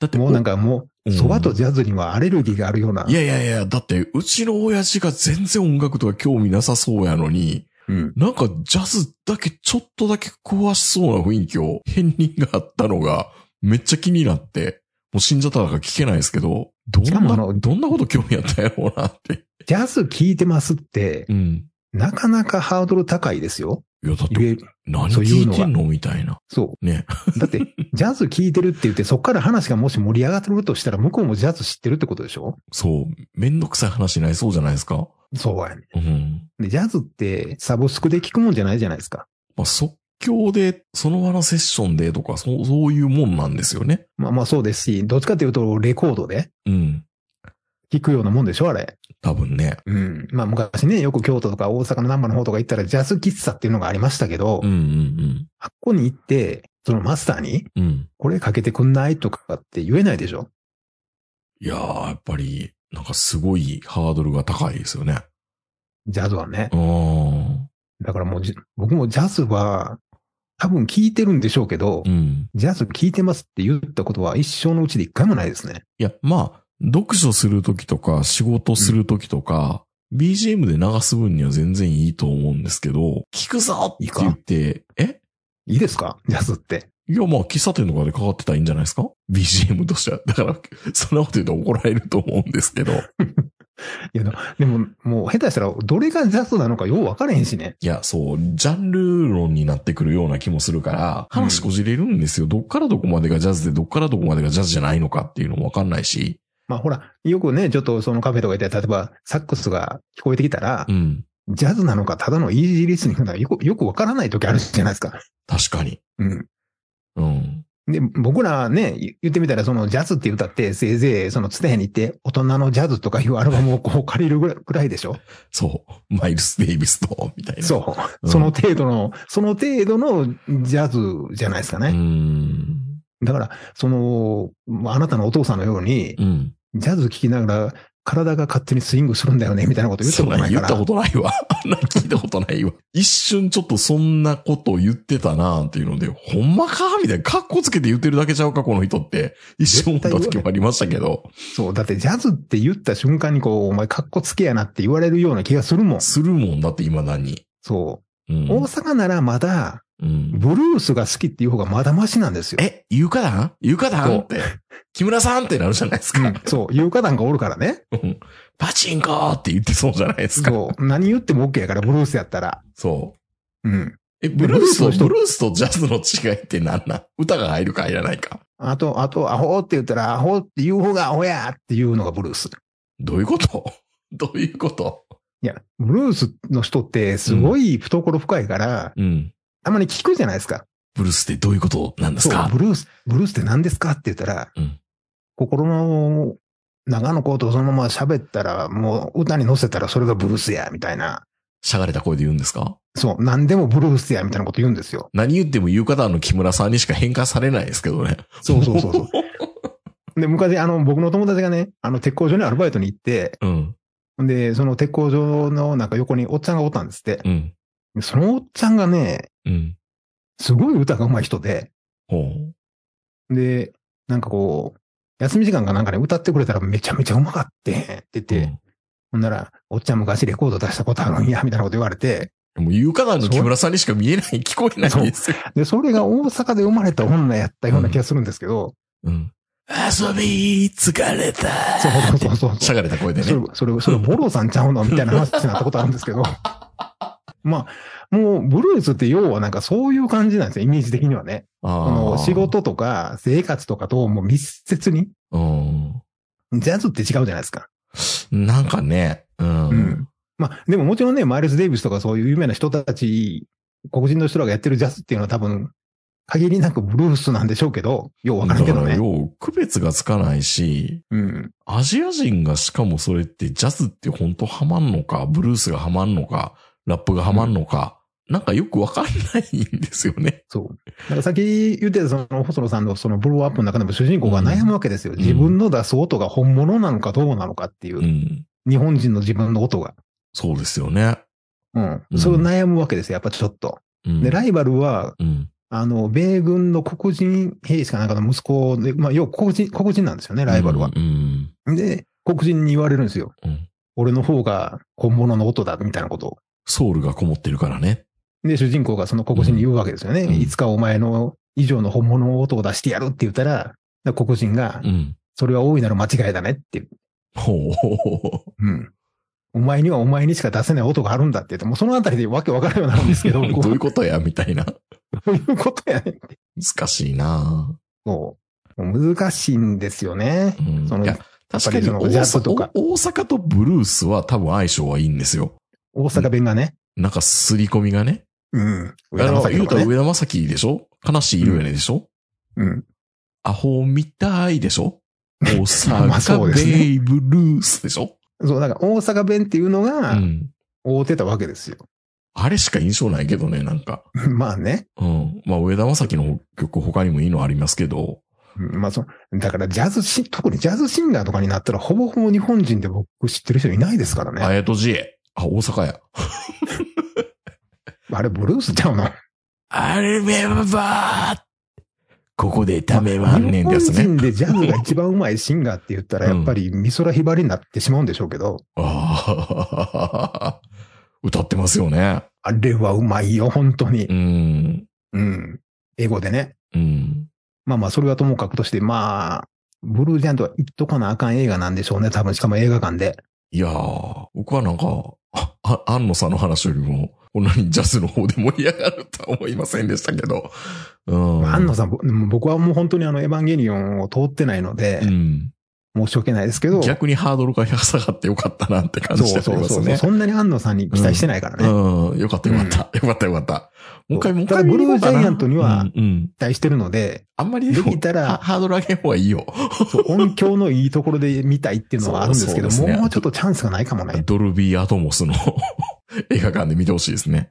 Speaker 3: だって
Speaker 4: もうなんかもう、
Speaker 3: うん
Speaker 4: 蕎麦とジャズにはアレルギーがあるような。
Speaker 3: いやいやいや、だって、うちの親父が全然音楽とか興味なさそうやのに、
Speaker 4: うん。
Speaker 3: なんかジャズだけちょっとだけ壊しそうな雰囲気を、変人があったのが、めっちゃ気になって、もう死んじゃったから聞けないですけど、どん
Speaker 4: しかもあ
Speaker 3: な、
Speaker 4: の
Speaker 3: どんなこと興味あったんやろうなって。
Speaker 4: ジャズ聴いてますって、
Speaker 3: うん。
Speaker 4: なかなかハードル高いですよ。
Speaker 3: いや、だっ
Speaker 4: 言え
Speaker 3: て、何
Speaker 4: そうい
Speaker 3: 聞
Speaker 4: う
Speaker 3: い
Speaker 4: のが
Speaker 3: てんのみたいな。
Speaker 4: そ
Speaker 3: ね。
Speaker 4: う。だって、ジャズ聴いてるって言って、そっから話がもし盛り上がってるとしたら、向こうもジャズ知ってるってことでしょ
Speaker 3: そう。めんどくさい話になりそうじゃないですか。
Speaker 4: そうやね。
Speaker 3: うん。
Speaker 4: で、ジャズってサブスクで聴くもんじゃないじゃないですか。
Speaker 3: まあ、即興で、その場のセッションでとか、そう、そういうもんなんですよね。
Speaker 4: まあまあそうですし、どっちかというとレコードで
Speaker 3: うん。
Speaker 4: 聴くようなもんでしょあれ。
Speaker 3: 多分ね。
Speaker 4: うん。まあ昔ね、よく京都とか大阪の南波の方とか行ったらジャズ喫茶っていうのがありましたけど、
Speaker 3: うんうん
Speaker 4: あっこに行って、そのマスターに、
Speaker 3: うん。うん。
Speaker 4: これかけてくんないとかって言えないでしょ
Speaker 3: いやー、やっぱり、なんかすごいハードルが高いですよね。
Speaker 4: ジャズはね
Speaker 3: あ。あ。
Speaker 4: だからもうじ、僕もジャズは、多分聞いてるんでしょうけど、
Speaker 3: うん。
Speaker 4: ジャズ聞いてますって言ったことは一生のうちで一回もないですね。
Speaker 3: いや、まあ、読書するときとか、仕事するときとか、BGM で流す分には全然いいと思うんですけど、聞くぞって言って、え
Speaker 4: いいですかジャズって。
Speaker 3: いや、まあ、喫茶店とかでかかってたらいいんじゃないですか ?BGM としては。だから、 [laughs] そんなこと言うと怒られると思うんですけど。
Speaker 4: いや、でも、もう下手したら、どれがジャズなのかよう分かれへんしね。
Speaker 3: いや、そう、ジャンル論になってくるような気もするから、
Speaker 4: うん
Speaker 3: 話こじれるんですよ。どっからどこまでがジャズで、どっからどこまでがジャズじゃないのかっていうのもわかんないし。
Speaker 4: まあほら、よくね、ちょっとそのカフェとか行ったら、例えばサックスが聞こえてきたら
Speaker 3: う、ん。
Speaker 4: ジャズなのか、ただのイージーリスニングなのか、よく、よく分からない時あるじゃないですか。
Speaker 3: 確かに。
Speaker 4: うん。
Speaker 3: うん。
Speaker 4: で、僕らね、言言ってみたら、そのジャズって歌って、せいぜい、そのツタヤに行って、大人のジャズとかいうアルバムをこう借りるぐらいぐらいでしょ
Speaker 3: そう。マイルス・デイビスと、みたいな。
Speaker 4: そうう。
Speaker 3: ん
Speaker 4: その程度の、その程度のジャズじゃないですか
Speaker 3: う
Speaker 4: ね。
Speaker 3: ん。
Speaker 4: だから、その、あなたのお父さんのように、
Speaker 3: うん。
Speaker 4: ジャズ聴きながら、体が勝手にスイングするんだよね、みたいなこと言った
Speaker 3: そん
Speaker 4: こと
Speaker 3: な
Speaker 4: ない
Speaker 3: 言
Speaker 4: か
Speaker 3: ったこ
Speaker 4: ら。
Speaker 3: とないわ。 [laughs] あんな聞いたことないわ。一瞬ちょっとそんなこと言ってたなっていうので、ほんまかみたいな、格好つけて言ってるだけちゃうか、この人って。一瞬思った時もありましたけど。
Speaker 4: そう。だって、ジャズって言った瞬間に、こう、お前、かっこつけやなって言われるような気がするもん。
Speaker 3: するもんだって、未だに。
Speaker 4: そうう。
Speaker 3: ん
Speaker 4: 大阪ならまだ、
Speaker 3: うん、
Speaker 4: ブルースが好きっていう方がまだマシなんですよ。
Speaker 3: え、ゆかだんゆかだんって。木村さんってなるじゃないです
Speaker 4: う
Speaker 3: か
Speaker 4: ん。そう。言う方がおるからね。
Speaker 3: うんパチンコーって言ってそうじゃないですか。
Speaker 4: そう。何言っても OK やから、ブルースやったら。
Speaker 3: そう。
Speaker 4: うん。
Speaker 3: え、ブルースと、
Speaker 4: ブルースの人
Speaker 3: ブルースとジャズの違いって何なん歌が入るか入らないか。
Speaker 4: あと、あと、アホって言ったら、アホって言う方がアホやっていうのがブルース。
Speaker 3: どういうことどういうこと
Speaker 4: いや、ブルースの人ってすごい懐深いから、
Speaker 3: うん。
Speaker 4: たまに聞くじゃないですか。
Speaker 3: ブルースってどういうことなんです
Speaker 4: そう、
Speaker 3: か
Speaker 4: ブルース、ブルースって何ですかって言ったら、
Speaker 3: うん
Speaker 4: 心の長の子とそのまま喋ったら、もう歌に乗せたらそれがブルースや、みたいな。
Speaker 3: しゃがれた声で言うんですか
Speaker 4: そう、何でもブルースや、みたいなこと言うんですよ。
Speaker 3: 何言っても言う方の木村さんにしか変化されないですけどね。
Speaker 4: そうそうそうそう。で、昔、あの、僕の友達がね、あの、鉄工所にアルバイトに行っ
Speaker 3: [laughs]
Speaker 4: て、
Speaker 3: うん。
Speaker 4: で、その鉄工所のなんか横におっちゃんがおったんですって。
Speaker 3: うん。
Speaker 4: そのおっちゃんがね、
Speaker 3: うん。
Speaker 4: すごい歌が上手い人で、
Speaker 3: ほ
Speaker 4: で、なんかこう、休み時間かなんかね、歌ってくれたらめちゃめちゃうまかってんって言っ
Speaker 3: う。
Speaker 4: て、ほんなら、おっちゃん昔レコード出したことあるんや、みたいなこと言われて、
Speaker 3: うん、もう言う方の木村さんにしか見えない、聞こえないんですよ。
Speaker 4: で、それが大阪で生まれた女やったような気がするんですけど、
Speaker 3: うん。遊び疲れた。
Speaker 4: [laughs] そうそうそう
Speaker 3: しゃ
Speaker 4: そう。
Speaker 3: がれた声で
Speaker 4: それ
Speaker 3: ね。、
Speaker 4: それ、それ、ボロさんちゃうのみたいな話になったことあるんですけど。まあ、もう、ブルースって要はなんかそういう感じなんですよ、イメージ的にはね。
Speaker 3: あ
Speaker 4: この仕。事とか生活とかともう密接に。
Speaker 3: うん。
Speaker 4: ジャズって違うじゃないですか。
Speaker 3: なんかね。うん。
Speaker 4: うんまあ、でももちろんね、マイルス・デイビスとかそういう有名な人たち、黒人の人らがやってるジャズっていうのは多分、限りなくブルースなんでしょうけど、ようわからんけ
Speaker 3: だか
Speaker 4: ど
Speaker 3: ら、
Speaker 4: ね。
Speaker 3: よう、区別がつかないし、
Speaker 4: うん。
Speaker 3: アジア人がしかもそれってジャズって本当ハマんのか、ブルースがハマんのか、ラップがハマんのか、なんかよくわかんないんですよね。
Speaker 4: そう。だからさっき言ってたその、細野さんのそのブローアップの中でも主人公が悩むわけですよ。
Speaker 3: ん
Speaker 4: 自分の出す音が本物なのかどうなのかっていう、
Speaker 3: うん。
Speaker 4: 日本人の自分の音が。
Speaker 3: そうですよね。
Speaker 4: うん
Speaker 3: う。ん
Speaker 4: それを悩むわけですよ、やっぱちょっと。
Speaker 3: うん。
Speaker 4: で、ライバルは、
Speaker 3: うん。
Speaker 4: あの、米軍の黒人兵士かなんかの息子で、まあ、要は黒人、黒人なんですよね、ライバルは。
Speaker 3: うん。
Speaker 4: で、黒人に言われるんですよ。
Speaker 3: うん
Speaker 4: 俺の方が本物の音だ、みたいなことを。
Speaker 3: ソウルがこもってるからね。
Speaker 4: で、主人公がその黒人に言うわけですよね。
Speaker 3: うん
Speaker 4: いつかお前の以上の本物の音を出してやるって言ったら、黒人が
Speaker 3: う、ん。
Speaker 4: それは大いなる間違いだねっていう。
Speaker 3: ほうほうほうほ
Speaker 4: うん。お前にはお前にしか出せない音があるんだって言って、もうそのあたりでわけわからんようになるんです
Speaker 3: [laughs]
Speaker 4: けど、こ
Speaker 3: どういううことやみたいな。
Speaker 4: どういうことやねんって。
Speaker 3: 難しいな
Speaker 4: もう、もう難しいんですよね
Speaker 3: う。ん
Speaker 4: その
Speaker 3: いや確かに
Speaker 4: やっ
Speaker 3: 大
Speaker 4: ぱりそのジャズと
Speaker 3: 阪
Speaker 4: か
Speaker 3: 大阪とブルースは多分相性はいいんですよ。
Speaker 4: 大阪弁がね。
Speaker 3: なんか刷り込みがね。
Speaker 4: うん。
Speaker 3: あ
Speaker 4: 上田
Speaker 3: の、
Speaker 4: 正
Speaker 3: 言
Speaker 4: 輝
Speaker 3: うた
Speaker 4: とからね。
Speaker 3: 上田正樹でしょ悲しい色やねでしょ、
Speaker 4: うん。
Speaker 3: アホみたいでしょ大
Speaker 4: [laughs] まあ
Speaker 3: 阪
Speaker 4: そうです
Speaker 3: ベ
Speaker 4: ね
Speaker 3: イブルースでしょ
Speaker 4: そう、だから大阪弁っていうの
Speaker 3: う
Speaker 4: が、
Speaker 3: ん。
Speaker 4: 覆ってたわけですよ。 [laughs]
Speaker 3: あれしか印象ないけどね、なんか。
Speaker 4: まあね。
Speaker 3: うん。まあ、上田正樹の曲他にもいいのありますけど。
Speaker 4: うんまあそ、だからジャズシン、特にジャズシンガーとかになったら、ほぼほぼ日本人で僕知ってる人いないですからね。
Speaker 3: あやとじえ。あ、大阪や。
Speaker 4: あれ、ブルースちゃうの
Speaker 3: あれめばーここでため
Speaker 4: ま
Speaker 3: は
Speaker 4: あ
Speaker 3: んねんです
Speaker 4: 日
Speaker 3: ね。
Speaker 4: 本人でジャズが一番うまいシンガーって言ったら、
Speaker 3: うん
Speaker 4: やっぱり美空ひばりになってしまうんでしょうけど、
Speaker 3: ああ。歌ってますよね。
Speaker 4: あれはうまいよ、本当に
Speaker 3: う。ん。
Speaker 4: うん。英語でね。
Speaker 3: うん。
Speaker 4: まあまあ、それはともかくとして、まあ、ブルージャンとは言っとかなあかん映画なんでしょうね。多分、しかも映画館で。
Speaker 3: いやー、僕はなんか、あ、あ、安野さんの話よりも、こんなにジャズの方で盛り上がるとは思いませんでしたけど。うん。
Speaker 4: 安野さん、ぼ僕はもう本当にあの、エヴァンゲリオンを通ってないので
Speaker 3: う、ん。
Speaker 4: 申し訳ないですけど、
Speaker 3: 逆にハードルが下がってよかったなって感
Speaker 4: そう
Speaker 3: じ
Speaker 4: そ
Speaker 3: です
Speaker 4: う
Speaker 3: ね。
Speaker 4: そうそう。そんなに安野さんに期待してないからね。期
Speaker 3: うん、よかったよかった。よかったよかった。もう一回、
Speaker 4: そう
Speaker 3: もう一回
Speaker 4: ただブルー
Speaker 3: 見ようかな
Speaker 4: ジャイアントには
Speaker 3: うんうん
Speaker 4: 待してる
Speaker 3: [laughs]
Speaker 4: ので、
Speaker 3: あんまり
Speaker 4: で
Speaker 3: でも
Speaker 4: きた
Speaker 3: ハ
Speaker 4: ら、
Speaker 3: ハードル上げん方がいいよ。
Speaker 4: そう音響のいいところで見たいっていうのはあるんですけど、
Speaker 3: そうそうですね
Speaker 4: もうちょっとチャンスがないかもね。
Speaker 3: ドルビーアトモスの [laughs] 映画館で見てほしいですね。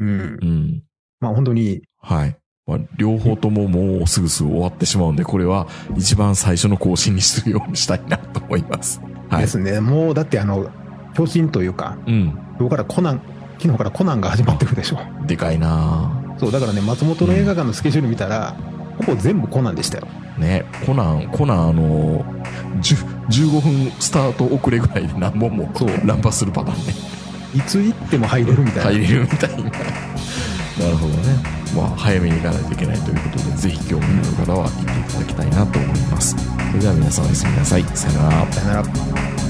Speaker 4: うん
Speaker 3: う。ん。
Speaker 4: まあ本当に、
Speaker 3: はい。まあ、両方とももうすぐすぐ終わってしまうんで、これは一番最初の更新にするようにしたいなと思います。はい
Speaker 4: で。すね、もうだってあの、巨人というか、
Speaker 3: うん。
Speaker 4: 今日からコナン、昨日からコナンが始まってるでしょ。
Speaker 3: でかいな
Speaker 4: そう、だからね、松本の映画館のスケジュール見たら、ほぼ全部コナンでしたよ。
Speaker 3: ぁね、コナン、コナンあのー、10 15分スタート遅れぐらいで何本も
Speaker 4: そう
Speaker 3: 乱破するパターンね。
Speaker 4: いつ行っても入れるみたいな。
Speaker 3: 入れるみたいな。なるほどね。まあ、早めに行かないといけないということで、ぜひ興味のある方は行っていただきたいなと思います。それでは皆さんおやすみなさい。さよなら。
Speaker 4: さよなら。